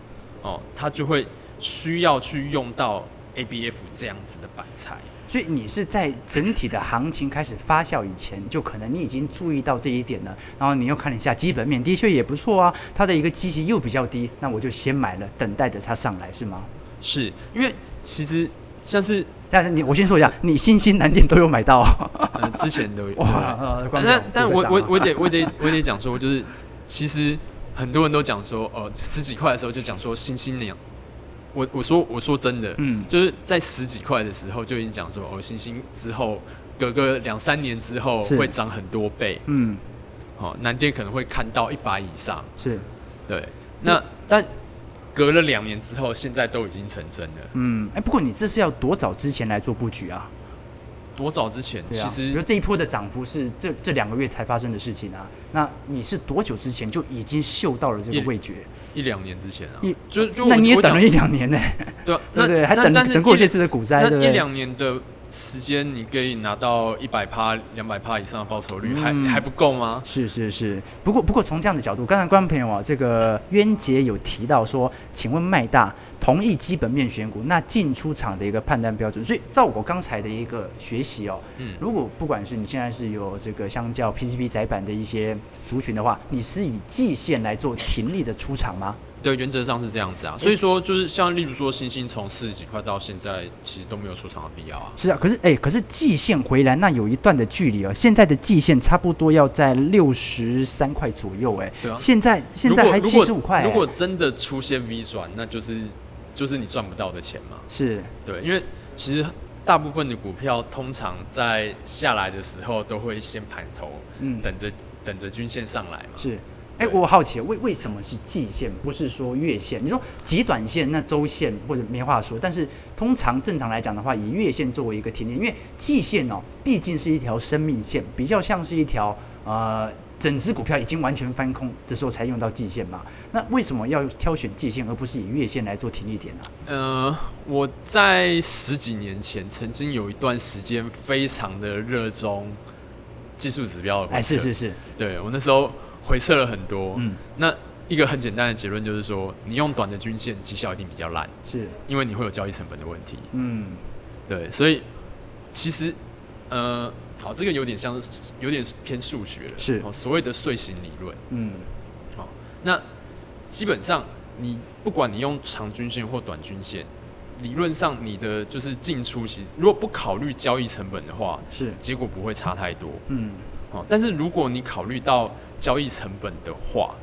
Speaker 2: 哦，它就会需要去用到 ABF 这样子的板材。
Speaker 1: 所以你是在整体的行情开始发酵以前，就可能你已经注意到这一点了，然后你又看了一下基本面，的确也不错啊，它的一个基期又比较低，那我就先买了，等待着它上来，是吗？
Speaker 2: 是因为其实像是
Speaker 1: 但是你我先说一下，你新兴南电都有买到、哦，
Speaker 2: 呃之前的
Speaker 1: 哇！呃光
Speaker 2: 但
Speaker 1: 良
Speaker 2: 但
Speaker 1: 鼓个掌
Speaker 2: 我我
Speaker 1: 啊
Speaker 2: 我得我得我得讲说，就是其实很多人都讲说，哦，十几块的时候就讲说新兴娘，我我说我说真的，
Speaker 1: 嗯
Speaker 2: 就是在十几块的时候就已经讲说，哦，新兴之后隔个两三年之后
Speaker 1: 是
Speaker 2: 会涨很多倍，
Speaker 1: 嗯
Speaker 2: 哦，南电可能会看到一百以上，
Speaker 1: 是嗯
Speaker 2: 对，那但隔了两年之后，现在都已经成真了，
Speaker 1: 嗯哎、不过你这是要多早之前来做布局啊？
Speaker 2: 多早之前
Speaker 1: 对
Speaker 2: 其
Speaker 1: 啊，比
Speaker 2: 实
Speaker 1: 如这一波的涨幅是这这两个月才发生的事情啊，那你是多久之前就已经嗅到了这个
Speaker 2: 一
Speaker 1: 味觉？
Speaker 2: 一两年之前啊
Speaker 1: 一，
Speaker 2: 就就
Speaker 1: 那
Speaker 2: 我
Speaker 1: 你也
Speaker 2: 我
Speaker 1: 等
Speaker 2: 讲
Speaker 1: 了一两年呢、
Speaker 2: 对
Speaker 1: 对
Speaker 2: 啊，那
Speaker 1: 不对？还
Speaker 2: 那
Speaker 1: 等
Speaker 2: 但是
Speaker 1: 等过
Speaker 2: 一
Speaker 1: 这次的股灾，
Speaker 2: 那
Speaker 1: 对不
Speaker 2: 一
Speaker 1: 对？
Speaker 2: 两年的时间，你可以拿到一百趴、两百趴以上的报酬率，
Speaker 1: 嗯
Speaker 2: 还还不够吗？
Speaker 1: 是是是，不过不过从这样的角度，刚才观众朋友啊，这个渊杰有提到说，请问麦大同意基本面选股，那进出场的一个判断标准，所以照我刚才的一个学习哦，
Speaker 2: 嗯
Speaker 1: 如果不管是你现在是有这个相较 PCB 窄板的一些族群的话，你是以季线来做停利的出场吗？
Speaker 2: 对，原则上是这样子啊。所以说，就是像例如说，星星从四十几块到现在，其实都没有出场的必要啊。
Speaker 1: 是啊，可是哎，可是季线回来那有一段的距离哦，现在的季线差不多要在六十三块左右哎，
Speaker 2: 对啊，
Speaker 1: 现在现
Speaker 2: 如
Speaker 1: 在
Speaker 2: 果
Speaker 1: 还
Speaker 2: 如
Speaker 1: 七
Speaker 2: 果
Speaker 1: 十五块哎，
Speaker 2: 如果真的出现 V 转，那就是就是你赚不到的钱嘛。
Speaker 1: 是
Speaker 2: 对，因为其实大部分的股票通常在下来的时候都会先盘头，
Speaker 1: 嗯。
Speaker 2: 等着等着均线上来嘛。
Speaker 1: 是，哎、
Speaker 2: 对
Speaker 1: 我好奇，为为什么是季线，不是说月线？你说极短线，那周线或者没话说，但是通常正常来讲的话，以月线作为一个停点，因为季线哦，毕竟是一条生命线，比较像是一条呃。整只股票已经完全翻空，这时候才用到季线嘛？那为什么要挑选季线，而不是以月线来做停利点呢、
Speaker 2: 呃，我在十几年前曾经有一段时间非常的热衷技术指标的回测，
Speaker 1: 哎，是是是，
Speaker 2: 对我那时候回测了很多。
Speaker 1: 嗯，
Speaker 2: 那一个很简单的结论就是说，你用短的均线绩效一定比较烂，
Speaker 1: 是，
Speaker 2: 因为你会有交易成本的问题。
Speaker 1: 嗯，
Speaker 2: 对，所以其实呃，好，这个有点像是有点偏数学了，
Speaker 1: 是
Speaker 2: 哦所谓的碎形理论。
Speaker 1: 嗯，
Speaker 2: 那基本上你不管你用长均线或短均线，理论上你的就是进出其，如果不考虑交易成本的话，
Speaker 1: 是，
Speaker 2: 结果不会差太多。
Speaker 1: 嗯，
Speaker 2: 哦，但是如果你考虑到交易成本的话，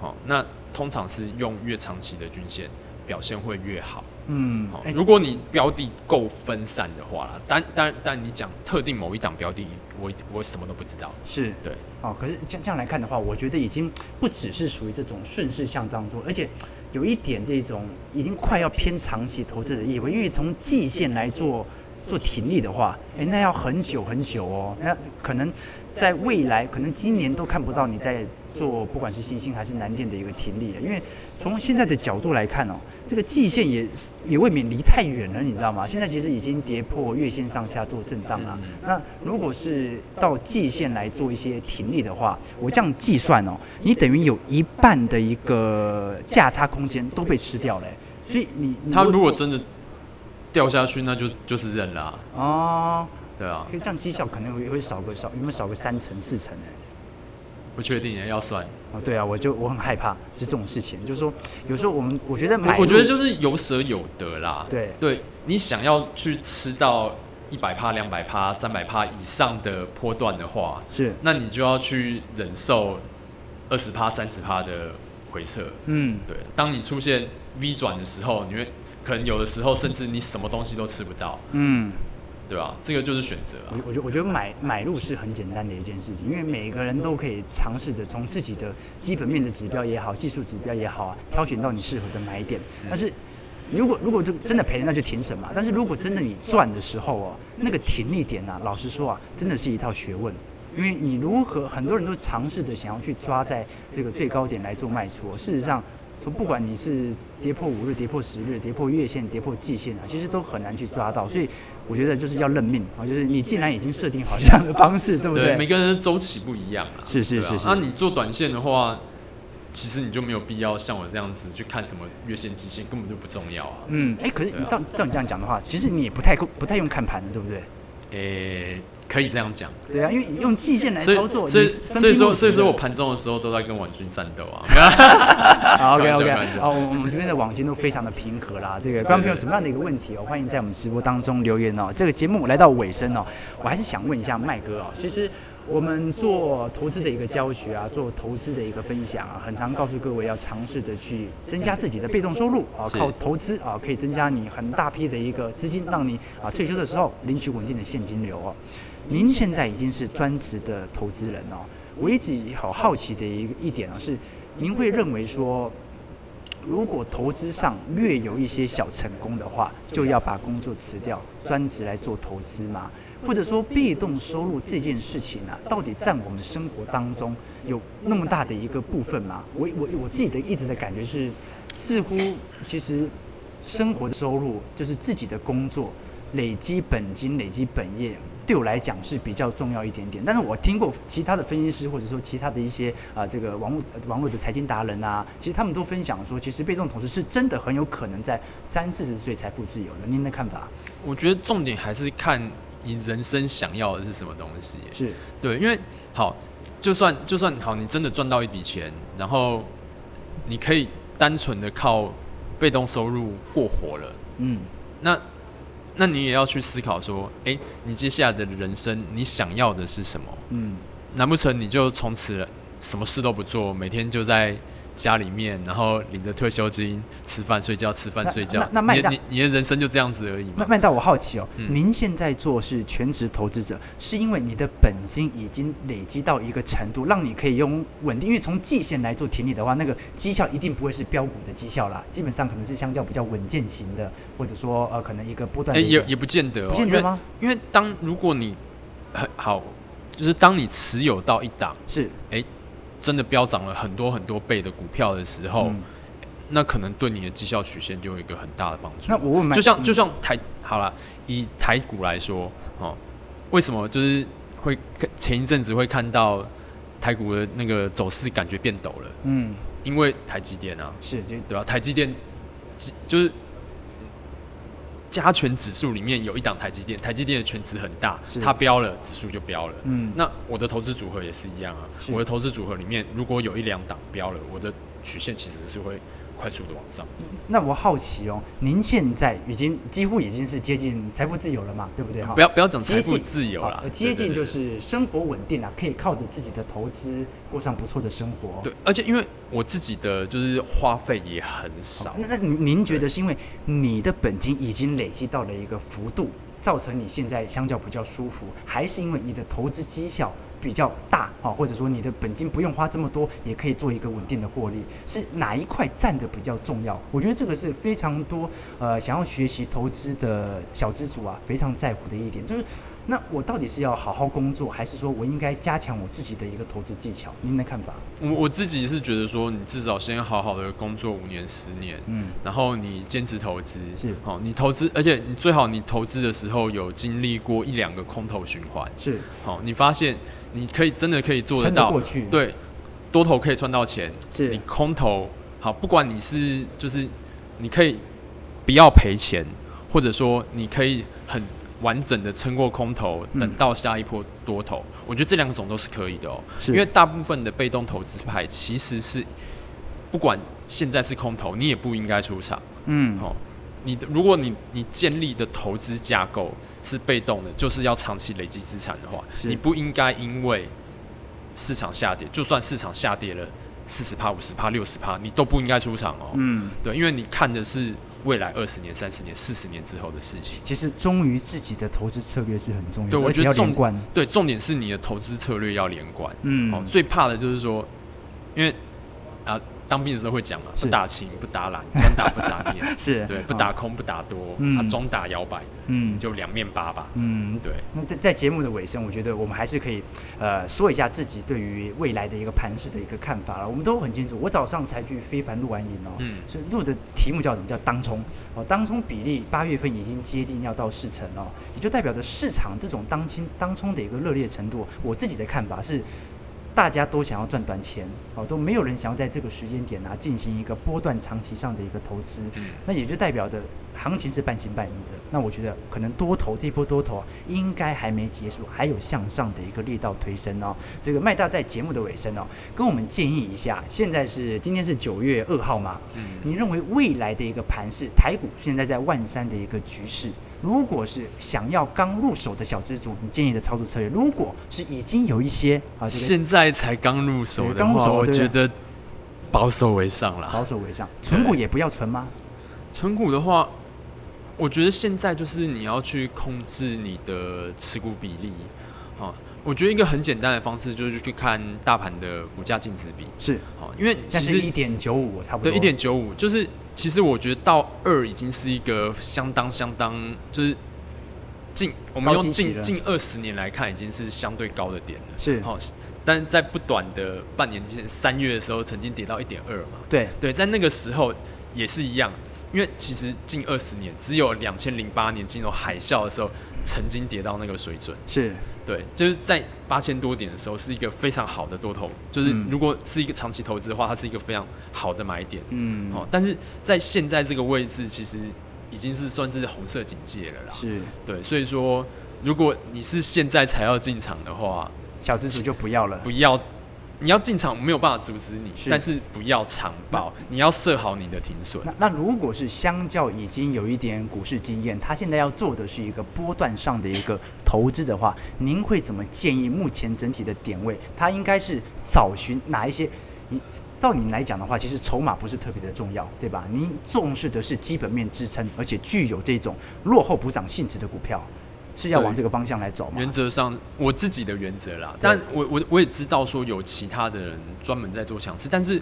Speaker 2: 哦，那通常是用越长期的均线表现会越好。
Speaker 1: 嗯
Speaker 2: 好，，
Speaker 1: 哎、
Speaker 2: 如果你标的够分散的话啦，但但但你讲特定某一档标的，我我什么都不知道。
Speaker 1: 是
Speaker 2: 对，
Speaker 1: 哦，可是这样这样来看的话，我觉得已经不只是属于这种顺势向当中，而且有一点这种已经快要偏长期投资的意味，因为从季线来做做停利的话，诶，那要很久很久哦，那可能在未来，可能今年都看不到你在做，不管是新兴还是南电的一个停利了，因为从现在的角度来看哦，这个季线也也未免离太远了，你知道吗？现在其实已经跌破月线上下做震荡了。啊
Speaker 2: 嗯
Speaker 1: 那如果是到季线来做一些停利的话，我这样计算哦，你等于有一半的一个价差空间都被吃掉了欸。所以你你
Speaker 2: 它如果真的掉下去，那就就是认了、啊，
Speaker 1: 哦，
Speaker 2: 对啊，
Speaker 1: 可以这样绩效可能也会少个少，有没有少个三成四成呢？
Speaker 2: 不确定也要算。
Speaker 1: 哦，对啊，我就我很害怕是这种事情，就是说有时候我们我觉得买
Speaker 2: 我
Speaker 1: 入，
Speaker 2: 我觉得就是有舍有得啦。
Speaker 1: 对
Speaker 2: 对，你想要去吃到一百趴、两百趴、三百趴以上的波段的话，
Speaker 1: 是
Speaker 2: 那你就要去忍受二十趴、三十趴的回撤。
Speaker 1: 嗯
Speaker 2: 对，当你出现 V 转的时候，你会可能有的时候甚至你什么东西都吃不到，
Speaker 1: 嗯。
Speaker 2: 对吧？这个就是选择啊
Speaker 1: 我。我觉我觉得买买入是很简单的一件事情，因为每个人都可以尝试着从自己的基本面的指标也好，技术指标也好啊，挑选到你适合的买点。但是如果如果就真的赔了，那就停损嘛。但是如果真的你赚的时候哦、那个停利点啊，老实说啊，真的是一套学问。因为你如何，很多人都尝试着想要去抓在这个最高点来做卖出哦、事实上，说不管你是跌破五日、跌破十日、跌破月线、跌破季线啊，其实都很难去抓到。所以我觉得就是要认命啊，就是你既然已经设定好这样的方式，对不
Speaker 2: 对，
Speaker 1: 对？
Speaker 2: 每个人的周期不一样啦。
Speaker 1: 是是
Speaker 2: 对啊
Speaker 1: 是是
Speaker 2: 那你做短线的话，其实你就没有必要像我这样子去看什么月线、季线，根本就不重要啊。
Speaker 1: 嗯，哎，可是
Speaker 2: 对啊
Speaker 1: 照照你这样讲的话，其实你也不太不太用看盘的，对不对？
Speaker 2: 诶、可以这样讲。
Speaker 1: 对啊，因为用季线来
Speaker 2: 所
Speaker 1: 操作，
Speaker 2: 以所以
Speaker 1: 你是分批
Speaker 2: 所以
Speaker 1: 入
Speaker 2: 说
Speaker 1: 市
Speaker 2: 所以说
Speaker 1: 的
Speaker 2: 我盘中的时候都在跟婉君战斗啊。
Speaker 1: 好，OK
Speaker 2: 开
Speaker 1: OK，
Speaker 2: 玩笑
Speaker 1: 好，我我们这边的网军都非常的平和啦。这个观众朋友有什么样的一个问题哦，欢迎在我们直播当中留言哦。这个节目来到尾声哦，我还是想问一下麦哥哦，其实。我们做投资的一个教学啊，做投资的一个分享啊，很常告诉各位要尝试的去增加自己的被动收入啊，
Speaker 2: 是
Speaker 1: 靠投资啊，可以增加你很大批的一个资金，让你啊退休的时候领取稳定的现金流哦。您现在已经是专职的投资人哦，我一直好好奇的一一点啊、是，您会认为说，如果投资上略有一些小成功的话，就要把工作辞掉，专职来做投资吗？或者说被动收入这件事情啊，到底占我们生活当中有那么大的一个部分吗？我我我自己的一直的感觉是，似乎其实生活的收入就是自己的工作累积本金、累积本业，对我来讲是比较重要一点点。但是我听过其他的分析师，或者说其他的一些啊、这个网络呃网络的财经达人啊，其实他们都分享说，其实被动投资是真的很有可能在三四十岁财富自由的。您的看法
Speaker 2: 我觉得重点还是看你人生想要的是什么东西。
Speaker 1: 是？
Speaker 2: 对，因为好，就算就算好，你真的赚到一笔钱，然后你可以单纯的靠被动收入过活了，
Speaker 1: 嗯，
Speaker 2: 那那你也要去思考说，诶，你接下来的人生你想要的是什么？
Speaker 1: 嗯，
Speaker 2: 难不成你就从此什么事都不做，每天就在家里面，然后领着退休金吃饭睡觉，吃饭
Speaker 1: 那
Speaker 2: 睡觉
Speaker 1: 那那，麦
Speaker 2: 你的
Speaker 1: 当
Speaker 2: 你你的人生就这样子而已
Speaker 1: 慢
Speaker 2: 嘛？
Speaker 1: 慢到我好奇哦，
Speaker 2: 嗯
Speaker 1: 您现在做是全职投资者，是因为你的本金已经累积到一个程度，让你可以用稳定，因为从季线来做停利的话，那个绩效一定不会是标股的绩效啦，基本上可能是相较比较稳健型的，或者说呃可能一个波段
Speaker 2: 诶，
Speaker 1: 的一个、
Speaker 2: 也也不见得哦，
Speaker 1: 不见
Speaker 2: 因
Speaker 1: 得
Speaker 2: 为
Speaker 1: 吗？
Speaker 2: 因为当如果你很好，就是当你持有到一档
Speaker 1: 是
Speaker 2: 真的飙涨了很多很多倍的股票的时候，
Speaker 1: 嗯
Speaker 2: 那可能对你的绩效曲线就有一个很大的帮助
Speaker 1: 那。我问麦
Speaker 2: 就像
Speaker 1: 嗯
Speaker 2: 就像台好了，以台股来说，哦，为什么就是会前一阵子会看到台股的那个走势感觉变陡了？
Speaker 1: 嗯
Speaker 2: 因为台积电啊，
Speaker 1: 是就
Speaker 2: 对吧、台积电几就是加权指数里面有一档台积电，台积电的权值很大
Speaker 1: 是，
Speaker 2: 它飙了，指数就飙了。
Speaker 1: 嗯
Speaker 2: 那我的投资组合也是一样啊
Speaker 1: 是，
Speaker 2: 我的投资组合里面如果有一两档标了，我的曲线其实是会快速的往上。
Speaker 1: 那我好奇哦，您现在已经几乎已经是接近财富自由了嘛，对不对？哈，
Speaker 2: 不要不要讲财
Speaker 1: 接
Speaker 2: 富
Speaker 1: 近
Speaker 2: 自由
Speaker 1: 好
Speaker 2: 啦
Speaker 1: 呃，接
Speaker 2: 对对
Speaker 1: 近
Speaker 2: 对
Speaker 1: 就是生活稳定啊，可以靠着自己的投资过上不错的生活。
Speaker 2: 对，而且因为我自己的就是花费也很少，
Speaker 1: 哦那那您您觉得是因为你的本金已经累积到了一个幅度，造成你现在相较比较舒服，还是因为你的投资绩效比较大啊，或者说你的本金不用花这么多，也可以做一个稳定的获利？是哪一块占的比较重要？我觉得这个是非常多呃想要学习投资的小资族啊非常在乎的一点，就是。那我到底是要好好工作，还是说我应该加强我自己的一个投资技巧？您的看法？
Speaker 2: 我我自己是觉得说，你至少先好好的工作五年、十年，
Speaker 1: 嗯，
Speaker 2: 然后你坚持投资，
Speaker 1: 是
Speaker 2: 哦，你投资，而且你最好你投资的时候有经历过一两个空头循环，
Speaker 1: 是
Speaker 2: 好、你发现你可以真的可以做得
Speaker 1: 撑得
Speaker 2: 到，
Speaker 1: 过去，，
Speaker 2: 对，多头可以赚到钱，你
Speaker 1: 是
Speaker 2: 空头好，不管你是就是你可以不要赔钱，或者说你可以很完整的撑过空头，
Speaker 1: 嗯
Speaker 2: 等到下一波多头，我觉得这两种都是可以的哦。
Speaker 1: 是
Speaker 2: 因为大部分的被动投资派其实是不管现在是空头，你也不应该出场。
Speaker 1: 嗯，
Speaker 2: 哦，你的如果你你建立的投资架构是被动的，就是要长期累积资产的话，
Speaker 1: 是
Speaker 2: 你不应该因为市场下跌，就算市场下跌了四十趴、五十趴、六十趴，你都不应该出场哦。
Speaker 1: 嗯。
Speaker 2: 对，因为你看的是未来二十年、三十年、四十年之后的事情。
Speaker 1: 其实忠于自己的投资策略是很重要的，
Speaker 2: 对我
Speaker 1: 而且
Speaker 2: 觉得
Speaker 1: 要
Speaker 2: 重
Speaker 1: 连贯。
Speaker 2: 对，重点是你的投资策略要连贯。
Speaker 1: 嗯，
Speaker 2: 哦，最怕的就是说，因为啊，当兵的时候会讲嘛，不
Speaker 1: 是，
Speaker 2: 打勤不打懒，专打不杂念
Speaker 1: 是
Speaker 2: 对，不
Speaker 1: 哦
Speaker 2: 打空不打多，
Speaker 1: 嗯
Speaker 2: 啊，中打摇摆，
Speaker 1: 嗯
Speaker 2: 你就两面八吧。
Speaker 1: 嗯。
Speaker 2: 对，
Speaker 1: 那在在节目的尾声，我觉得我们还是可以，呃，说一下自己对于未来的一个盘势的一个看法了。我们都很清楚，我早上才去非凡录完影哦，
Speaker 2: 嗯，
Speaker 1: 所以录的题目叫什么？叫当冲哦，当冲比例八月份已经接近要到四成哦，也就代表着市场这种当清当冲的一个热烈程度。我自己的看法是，大家都想要赚短钱哦，都没有人想要在这个时间点啊进行一个波段长期上的一个投资，
Speaker 2: 嗯
Speaker 1: 那也就代表着行情是半信半疑的。那我觉得可能多头这波多头应该还没结束，还有向上的一个力道推升哦。这个麦大在节目的尾声哦，跟我们建议一下，现在是今天是九月二号嘛，
Speaker 2: 嗯，
Speaker 1: 你认为未来的一个盘势，台股现在在万三的一个局势，如果是想要刚入手的小资主，你建议的操作策略，如果是已经有一些啊这个
Speaker 2: 现在才刚入手
Speaker 1: 对
Speaker 2: 的
Speaker 1: 刚入
Speaker 2: 话，
Speaker 1: 手
Speaker 2: 我
Speaker 1: 对
Speaker 2: 觉得保守为上
Speaker 1: 保
Speaker 2: 啦。
Speaker 1: 守为上，存股也不要存吗？
Speaker 2: 存股的话，我觉得现在就是你要去控制你的持股比例。好，我觉得一个很简单的方式就是去看大盘的股价净值比。
Speaker 1: 是，
Speaker 2: 好，因为其
Speaker 1: 但是
Speaker 2: 实
Speaker 1: 一点九五差不多，
Speaker 2: 对，一点九五，就是其实我觉得到二已经是一个相当相当，就是近我们
Speaker 1: 高
Speaker 2: 用
Speaker 1: 基期
Speaker 2: 近
Speaker 1: 了
Speaker 2: 近二十年来看，已经是相对高的点了。
Speaker 1: 是，
Speaker 2: 好、哦但是在不短的半年之前，三月的时候曾经跌到一点二嘛，
Speaker 1: 对，
Speaker 2: 对，在那个时候也是一样，因为其实近二十年只有两千零八年金融海啸的时候曾经跌到那个水准，
Speaker 1: 是，
Speaker 2: 对，就是在八千多点的时候是一个非常好的多头，就是
Speaker 1: 嗯
Speaker 2: 如果是一个长期投资的话，它是一个非常好的买点。
Speaker 1: 嗯，
Speaker 2: 哦，但是在现在这个位置，其实已经是算是红色警戒了啦。
Speaker 1: 是，
Speaker 2: 对，所以说，如果你是现在才要进场的话，
Speaker 1: 小资主就不要了，
Speaker 2: 不要，你要进场没有办法阻止你，
Speaker 1: 是
Speaker 2: 但是不要长爆，你要设好你的停损。
Speaker 1: 那那如果是相较已经有一点股市经验，他现在要做的是一个波段上的一个投资的话，您会怎么建议目前整体的点位？他应该是找寻哪一些？你照你来讲的话，其实筹码不是特别的重要，对吧？您重视的是基本面支撑，而且具有这种落后补涨性质的股票，是要往
Speaker 2: 对
Speaker 1: 这个方向来走吗
Speaker 2: 原？则上，我自己的原则啦，
Speaker 1: 对
Speaker 2: 但我我我也知道说有其他的人专门在做强势，但是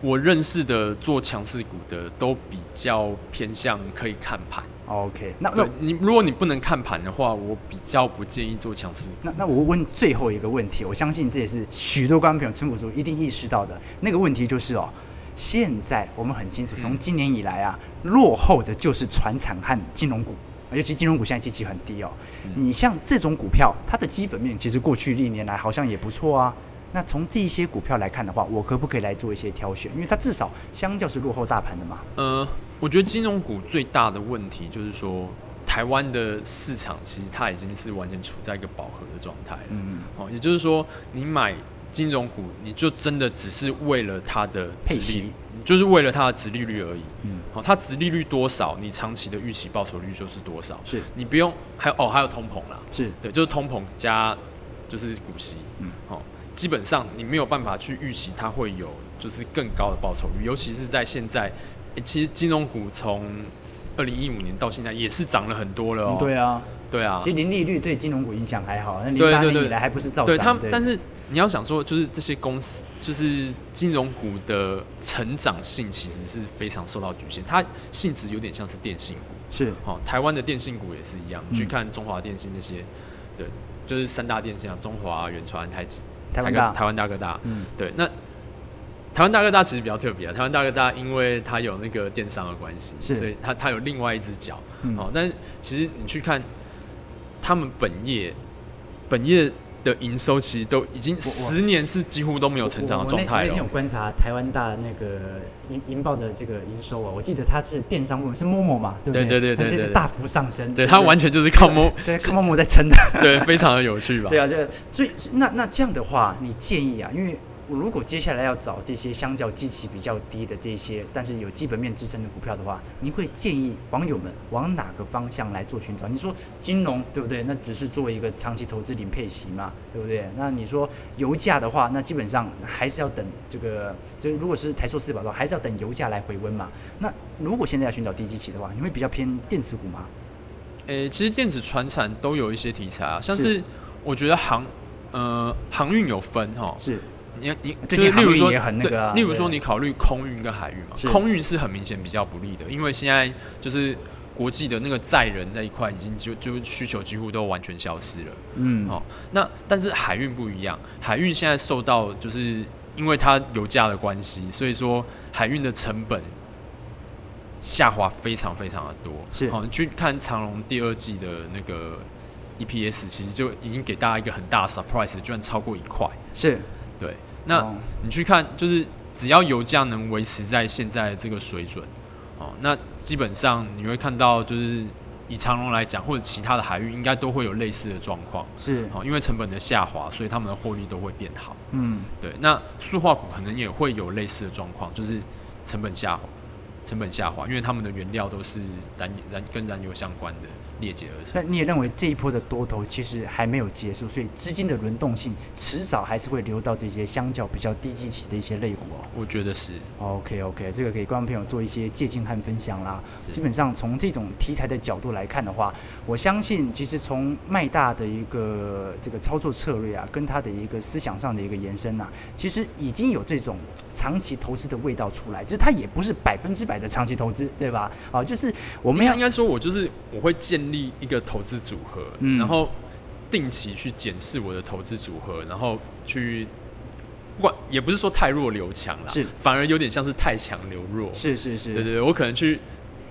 Speaker 2: 我认识的做强势股的都比较偏向可以看盘。
Speaker 1: OK，那那
Speaker 2: 对你，如果你不能看盘的话，我比较不建议做强势股。
Speaker 1: 那那我问最后一个问题，我相信这也是许多观众朋友、村股族一定意识到的那个问题，就是哦，现在我们很清楚，从今年以来啊，
Speaker 2: 嗯
Speaker 1: 落后的就是船产和金融股，尤其金融股现在基期很低哦。
Speaker 2: 嗯
Speaker 1: 你像这种股票，它的基本面其实过去历年来好像也不错啊。那从这一些股票来看的话，我可不可以来做一些挑选？因为它至少相较是落后大盘的嘛。
Speaker 2: 呃，我觉得金融股最大的问题就是说，台湾的市场其实它已经是完全处在一个饱和的状态了。
Speaker 1: 嗯，
Speaker 2: 哦，也就是说，你买金融股，你就真的只是为了它的
Speaker 1: 配
Speaker 2: 殖利
Speaker 1: 息
Speaker 2: 率，就是为了它的值利率而已。
Speaker 1: 嗯，
Speaker 2: 好，它值利率多少，你长期的预期报酬率就是多少。
Speaker 1: 是
Speaker 2: 你不用还有哦，还有通膨啦，
Speaker 1: 是
Speaker 2: 对，就是通膨加就是股息，
Speaker 1: 嗯
Speaker 2: 嗯，好、基本上你没有办法去预期它会有就是更高的报酬率，尤其是在现在，诶其实金融股从二零一五年到现在也是涨了很多了哦，
Speaker 1: 对啊，
Speaker 2: 对啊
Speaker 1: 其，实零利率对金融股影响还好，那零
Speaker 2: 对
Speaker 1: 八
Speaker 2: 对
Speaker 1: 年
Speaker 2: 对
Speaker 1: 以来还不是照
Speaker 2: 对
Speaker 1: 涨
Speaker 2: 他们，
Speaker 1: 对
Speaker 2: 但是你要想说，就是这些公司，就是金融股的成长性其实是非常受到局限，它性质有点像是电信股，
Speaker 1: 是
Speaker 2: 哦，台湾的电信股也是一样，
Speaker 1: 嗯
Speaker 2: 你去看中华电信那些，对，就是三大电信啊，中华、远传、台积、
Speaker 1: 台湾
Speaker 2: 哥
Speaker 1: 大，
Speaker 2: 台湾大哥大，
Speaker 1: 嗯，
Speaker 2: 对，那台湾大哥大其实比较特别啊，台湾大哥大因为它有那个电商的关系，
Speaker 1: 是
Speaker 2: 所以它它有另外一只脚，
Speaker 1: 嗯
Speaker 2: 哦，但是其实你去看他们本业，本业的营收其实都已经十年是几乎都没有成长的状
Speaker 1: 我我
Speaker 2: 态
Speaker 1: 那我那天有
Speaker 2: 了。哦
Speaker 1: 观察台湾大那个银银报的这个营收啊，我记得它是电商部门是 Momo 嘛，对不
Speaker 2: 对
Speaker 1: 对
Speaker 2: 对对对
Speaker 1: 它是
Speaker 2: 对对
Speaker 1: 大幅上升，
Speaker 2: 对，它完全就是 靠摸，
Speaker 1: 对是 Momo 在撑的，
Speaker 2: 对，非常的有趣吧？
Speaker 1: 对啊，这所以那那这样的话，你建议啊，因为。我如果接下来要找这些相较基期比较低的这些，但是有基本面支撑的股票的话，你会建议网友们往哪个方向来做寻找？你说金融对不对？那只是作为一个长期投资零配息嘛，对不对？那你说油价的话，那基本上还是要等这个，就是如果是台塑四宝的话，还是要等油价来回温嘛。那如果现在要寻找低基期的话，你会比较偏电子股吗？
Speaker 2: 诶、其实电子、船产都有一些题材啊，像
Speaker 1: 是
Speaker 2: 是我觉得航，呃，航运有分哈。
Speaker 1: 是
Speaker 2: 你你
Speaker 1: 最
Speaker 2: 就
Speaker 1: 近
Speaker 2: 是例如
Speaker 1: 航运
Speaker 2: 说
Speaker 1: 也很那个啊
Speaker 2: 对例如说
Speaker 1: 对
Speaker 2: 你考虑空运跟海运嘛
Speaker 1: 是，
Speaker 2: 空运是很明显比较不利的，因为现在就是国际的那个载人这一块已经就就需求几乎都完全消失了。
Speaker 1: 嗯
Speaker 2: 好那但是海运不一样，海运现在受到就是因为它油价的关系，所以说海运的成本下滑非常非常的多。
Speaker 1: 是
Speaker 2: 好、你去看长隆第二季的那个 EPS，其实就已经给大家一个很大的 surprise，居然超过一块。
Speaker 1: 是
Speaker 2: 对，那、
Speaker 1: 哦
Speaker 2: 你去看，就是只要油价能维持在现在这个水准，哦，那基本上你会看到，就是以长荣来讲，或者其他的海域，应该都会有类似的状况，
Speaker 1: 是
Speaker 2: 哦，因为成本的下滑，所以他们的获利都会变好。
Speaker 1: 嗯
Speaker 2: 对，那塑化股可能也会有类似的状况，就是成本下滑，成本下滑，因为他们的原料都是燃燃跟燃油相关的裂解而成。
Speaker 1: 那你也认为这一波的多头其实还没有结束，所以资金的轮动性迟早还是会流到这些相较比较低基期的一些类股哦。
Speaker 2: 我觉得是，
Speaker 1: OK OK，这个给观众朋友做一些借鉴和分享啦。
Speaker 2: 是
Speaker 1: 基本上从这种题材的角度来看的话，我相信其实从麦大的一个这个操作策略啊，跟他的一个思想上的一个延伸啊，其实已经有这种长期投资的味道出来，只是它也不是百分之百的长期投资，对吧？啊，就是我
Speaker 2: 我
Speaker 1: 们要
Speaker 2: 应该说，我就是我会建立一个投资组合，
Speaker 1: 嗯
Speaker 2: 然后定期去检视我的投资组合，然后去不管也不是说太弱留强啦，
Speaker 1: 是
Speaker 2: 反而有点像是太强留弱。
Speaker 1: 是是是，
Speaker 2: 对对对，我可能去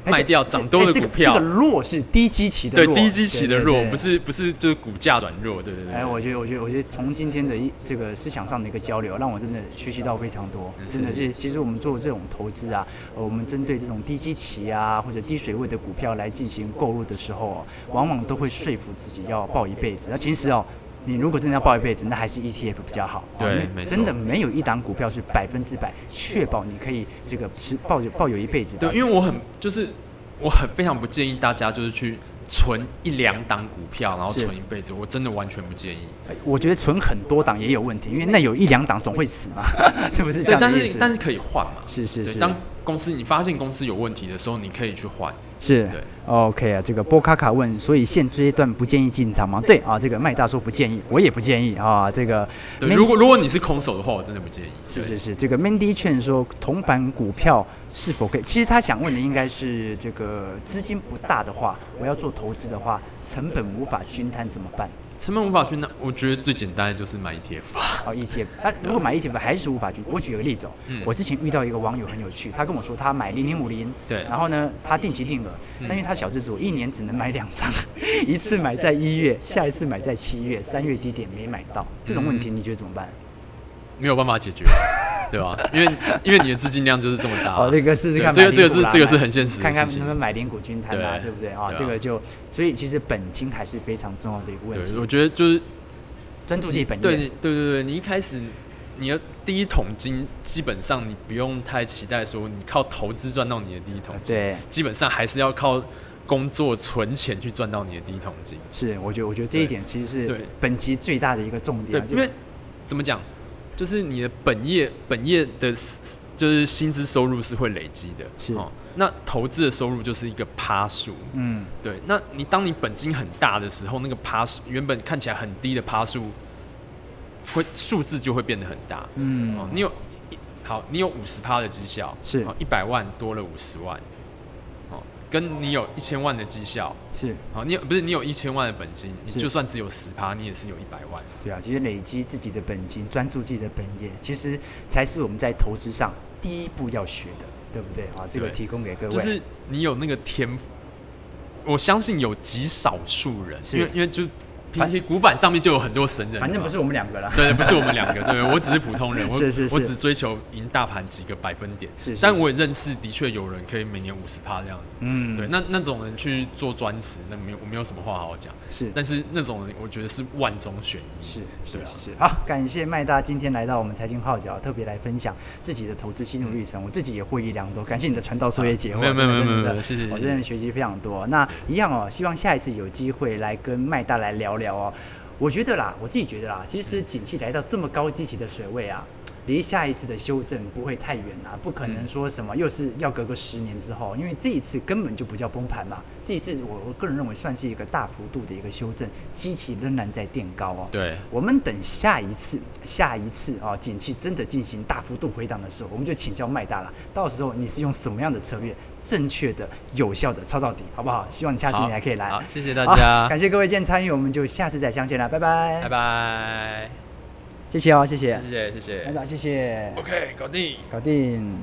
Speaker 1: 哎
Speaker 2: 卖
Speaker 1: 这
Speaker 2: 掉
Speaker 1: 这
Speaker 2: 涨多
Speaker 1: 哎
Speaker 2: 的
Speaker 1: 这个
Speaker 2: 股票
Speaker 1: 这个弱是低基期的
Speaker 2: 对
Speaker 1: 弱，
Speaker 2: 低基期
Speaker 1: 对
Speaker 2: 的弱，
Speaker 1: 对
Speaker 2: 不是不是就是股价转弱，对对对。
Speaker 1: 哎，我觉得，我觉得，我觉得从今天的一这个思想上的一个交流，让我真的学习到非常多。
Speaker 2: 嗯
Speaker 1: 真的
Speaker 2: 是
Speaker 1: 是，其实我们做这种投资啊，呃我们针对这种低基期啊或者低水位的股票来进行购入的时候、哦，往往都会说服自己要抱一辈子。那其实哦。你如果真的要抱一辈子，那还是 ETF 比较好。
Speaker 2: 对
Speaker 1: 因为
Speaker 2: 没错
Speaker 1: 真的没有一档股票是百分之百确保你可以这个持抱有抱有一辈子的。
Speaker 2: 对，因为我很就是我很非常不建议大家就是去存一两档股票，然后
Speaker 1: 是
Speaker 2: 存一辈子，我真的完全不建议。
Speaker 1: 我觉得存很多档也有问题，因为那有一两档总会死嘛， 是不是这
Speaker 2: 对，
Speaker 1: 样的
Speaker 2: 但
Speaker 1: 意
Speaker 2: 是
Speaker 1: 思？
Speaker 2: 但是可以换嘛，
Speaker 1: 是是
Speaker 2: 对，
Speaker 1: 是，
Speaker 2: 当公司你发现公司有问题的时候，你可以去换。
Speaker 1: 是
Speaker 2: 对
Speaker 1: OK 啊，这个波卡卡问，所以现阶段不建议进场吗？对啊，这个麦大说不建议，我也不建议啊。这个
Speaker 2: 对，
Speaker 1: 没
Speaker 2: 如果如果你是空手的话，我真的不建议。
Speaker 1: 是
Speaker 2: 对
Speaker 1: 是是，这个 Mandy 劝说铜板股票是否可以？其实他想问的应该是这个资金不大的话，我要做投资的话，成本无法均摊怎么办？
Speaker 2: 成本无法去拿，我觉得最简单的就是买 ETF 啊。
Speaker 1: 哦，ETF，那、如果买 ETF 还是无法均，我举个例子哦，
Speaker 2: 嗯
Speaker 1: 我之前遇到一个网友很有趣，他跟我说他买零零五零，
Speaker 2: 对嗯
Speaker 1: 然后呢，他定期定额，但因为他小资主，一年只能买两张，一次买在一月，下一次买在七月，三月低点没买到，这种问
Speaker 2: 嗯
Speaker 1: 题你觉得怎么办？
Speaker 2: 没有办法解决， 对吧？因为因为你的资金量就是这么大。
Speaker 1: 哦，这个试试
Speaker 2: 对
Speaker 1: 看
Speaker 2: 这
Speaker 1: 买
Speaker 2: 个
Speaker 1: 零
Speaker 2: 这
Speaker 1: 股
Speaker 2: 个是
Speaker 1: 啦，
Speaker 2: 这个是
Speaker 1: 买
Speaker 2: 很现实的
Speaker 1: 看看
Speaker 2: 事
Speaker 1: 能不能
Speaker 2: 情。
Speaker 1: 买零股均摊啊，
Speaker 2: 对
Speaker 1: 对不对啊？
Speaker 2: 对啊
Speaker 1: 这个就，所以其实本金还是非常重要的一个问
Speaker 2: 对，
Speaker 1: 题，
Speaker 2: 我觉得就是
Speaker 1: 专注自己本业。
Speaker 2: 对你对对对，你一开始你的第一桶金基本上你不用太期待说你靠投资赚到你的第一桶金，
Speaker 1: 对，
Speaker 2: 基本上还是要靠工作存钱去赚到你的第一桶金。
Speaker 1: 是，我觉得我觉得这一点其实
Speaker 2: 对
Speaker 1: 是本集最大的一个重点
Speaker 2: 对
Speaker 1: 啊，，就
Speaker 2: 因为怎么讲，就是你的本业本业的是，就是薪资收入是会累积的，
Speaker 1: 是
Speaker 2: 哦。那投资的收入就是一个趴数，
Speaker 1: 嗯，
Speaker 2: 对。那你当你本金很大的时候，那个趴数原本看起来很低的趴数，会数字就会变得很大。
Speaker 1: 嗯
Speaker 2: 哦，你有一好，你有五十趴的绩效，哦
Speaker 1: 是
Speaker 2: 一百万多了五十万，哦，跟你有一千万的绩效，
Speaker 1: 是
Speaker 2: 好，你有不是你有一千万的本金，你
Speaker 1: 是
Speaker 2: 就算只有十趴，你也是有一百万。
Speaker 1: 对啊，其实累积自己的本金，专注自己的本业，其实才是我们在投资上第一步要学的，对不对啊？这个
Speaker 2: 对
Speaker 1: 提供给各位，
Speaker 2: 就是你有那个天赋，我相信有极少数人，
Speaker 1: 是
Speaker 2: 因为因为就
Speaker 1: 反
Speaker 2: PT 古板上面就有很多神人了嘛，
Speaker 1: 反正不是我们两个啦，
Speaker 2: 对对，不是我们两 个，对我只是普通人，我
Speaker 1: 是是是
Speaker 2: 我只追求赢大盘几个百分点，
Speaker 1: 是是
Speaker 2: 但
Speaker 1: 是
Speaker 2: 我也认识，的确有人可以每年五十趴这样子。
Speaker 1: 嗯，
Speaker 2: 对，，那那种人去做专职，那没有我没有什么话好讲，
Speaker 1: 是
Speaker 2: 但是那种人我觉得是万中选一，
Speaker 1: 是是
Speaker 2: 对啊
Speaker 1: 是是，好，感谢麦大今天来到我们财经号角，特别来分享自己的投资心路历程，我自己也获益良多，感谢你的传道授业解惑，
Speaker 2: 嗯没有没有
Speaker 1: 真的
Speaker 2: 没有
Speaker 1: 真的
Speaker 2: 没有谢谢
Speaker 1: 我
Speaker 2: 谢谢
Speaker 1: 真的学习非常多。那一样哦，希望下一次有机会来跟麦大来聊聊哦。我觉得啦，我自己觉得啦，其实景气来到这么高基期的水位啊，离下一次的修正不会太远啦，不可能
Speaker 2: 嗯
Speaker 1: 说什么又是要隔个十年之后，因为这一次根本就不叫崩盘嘛，这一次我我个人认为算是一个大幅度的一个修正，基期仍然在垫高哦。
Speaker 2: 对，
Speaker 1: 我们等下一次，下一次啊，景气真的进行大幅度回档的时候，我们就请教麦大了。到时候你是用什么样的策略，正确的、有效的抄到底，好不好？希望你下次
Speaker 2: 好
Speaker 1: 你还可以来。
Speaker 2: 好，谢谢大家
Speaker 1: 好，感谢各位今天参与，我们就下次再相见了，拜拜。
Speaker 2: 拜拜，
Speaker 1: 谢谢哦，谢谢
Speaker 2: 谢，谢谢
Speaker 1: 麦
Speaker 2: 谢
Speaker 1: 大，谢谢，
Speaker 2: ，OK，搞定。
Speaker 1: 搞定。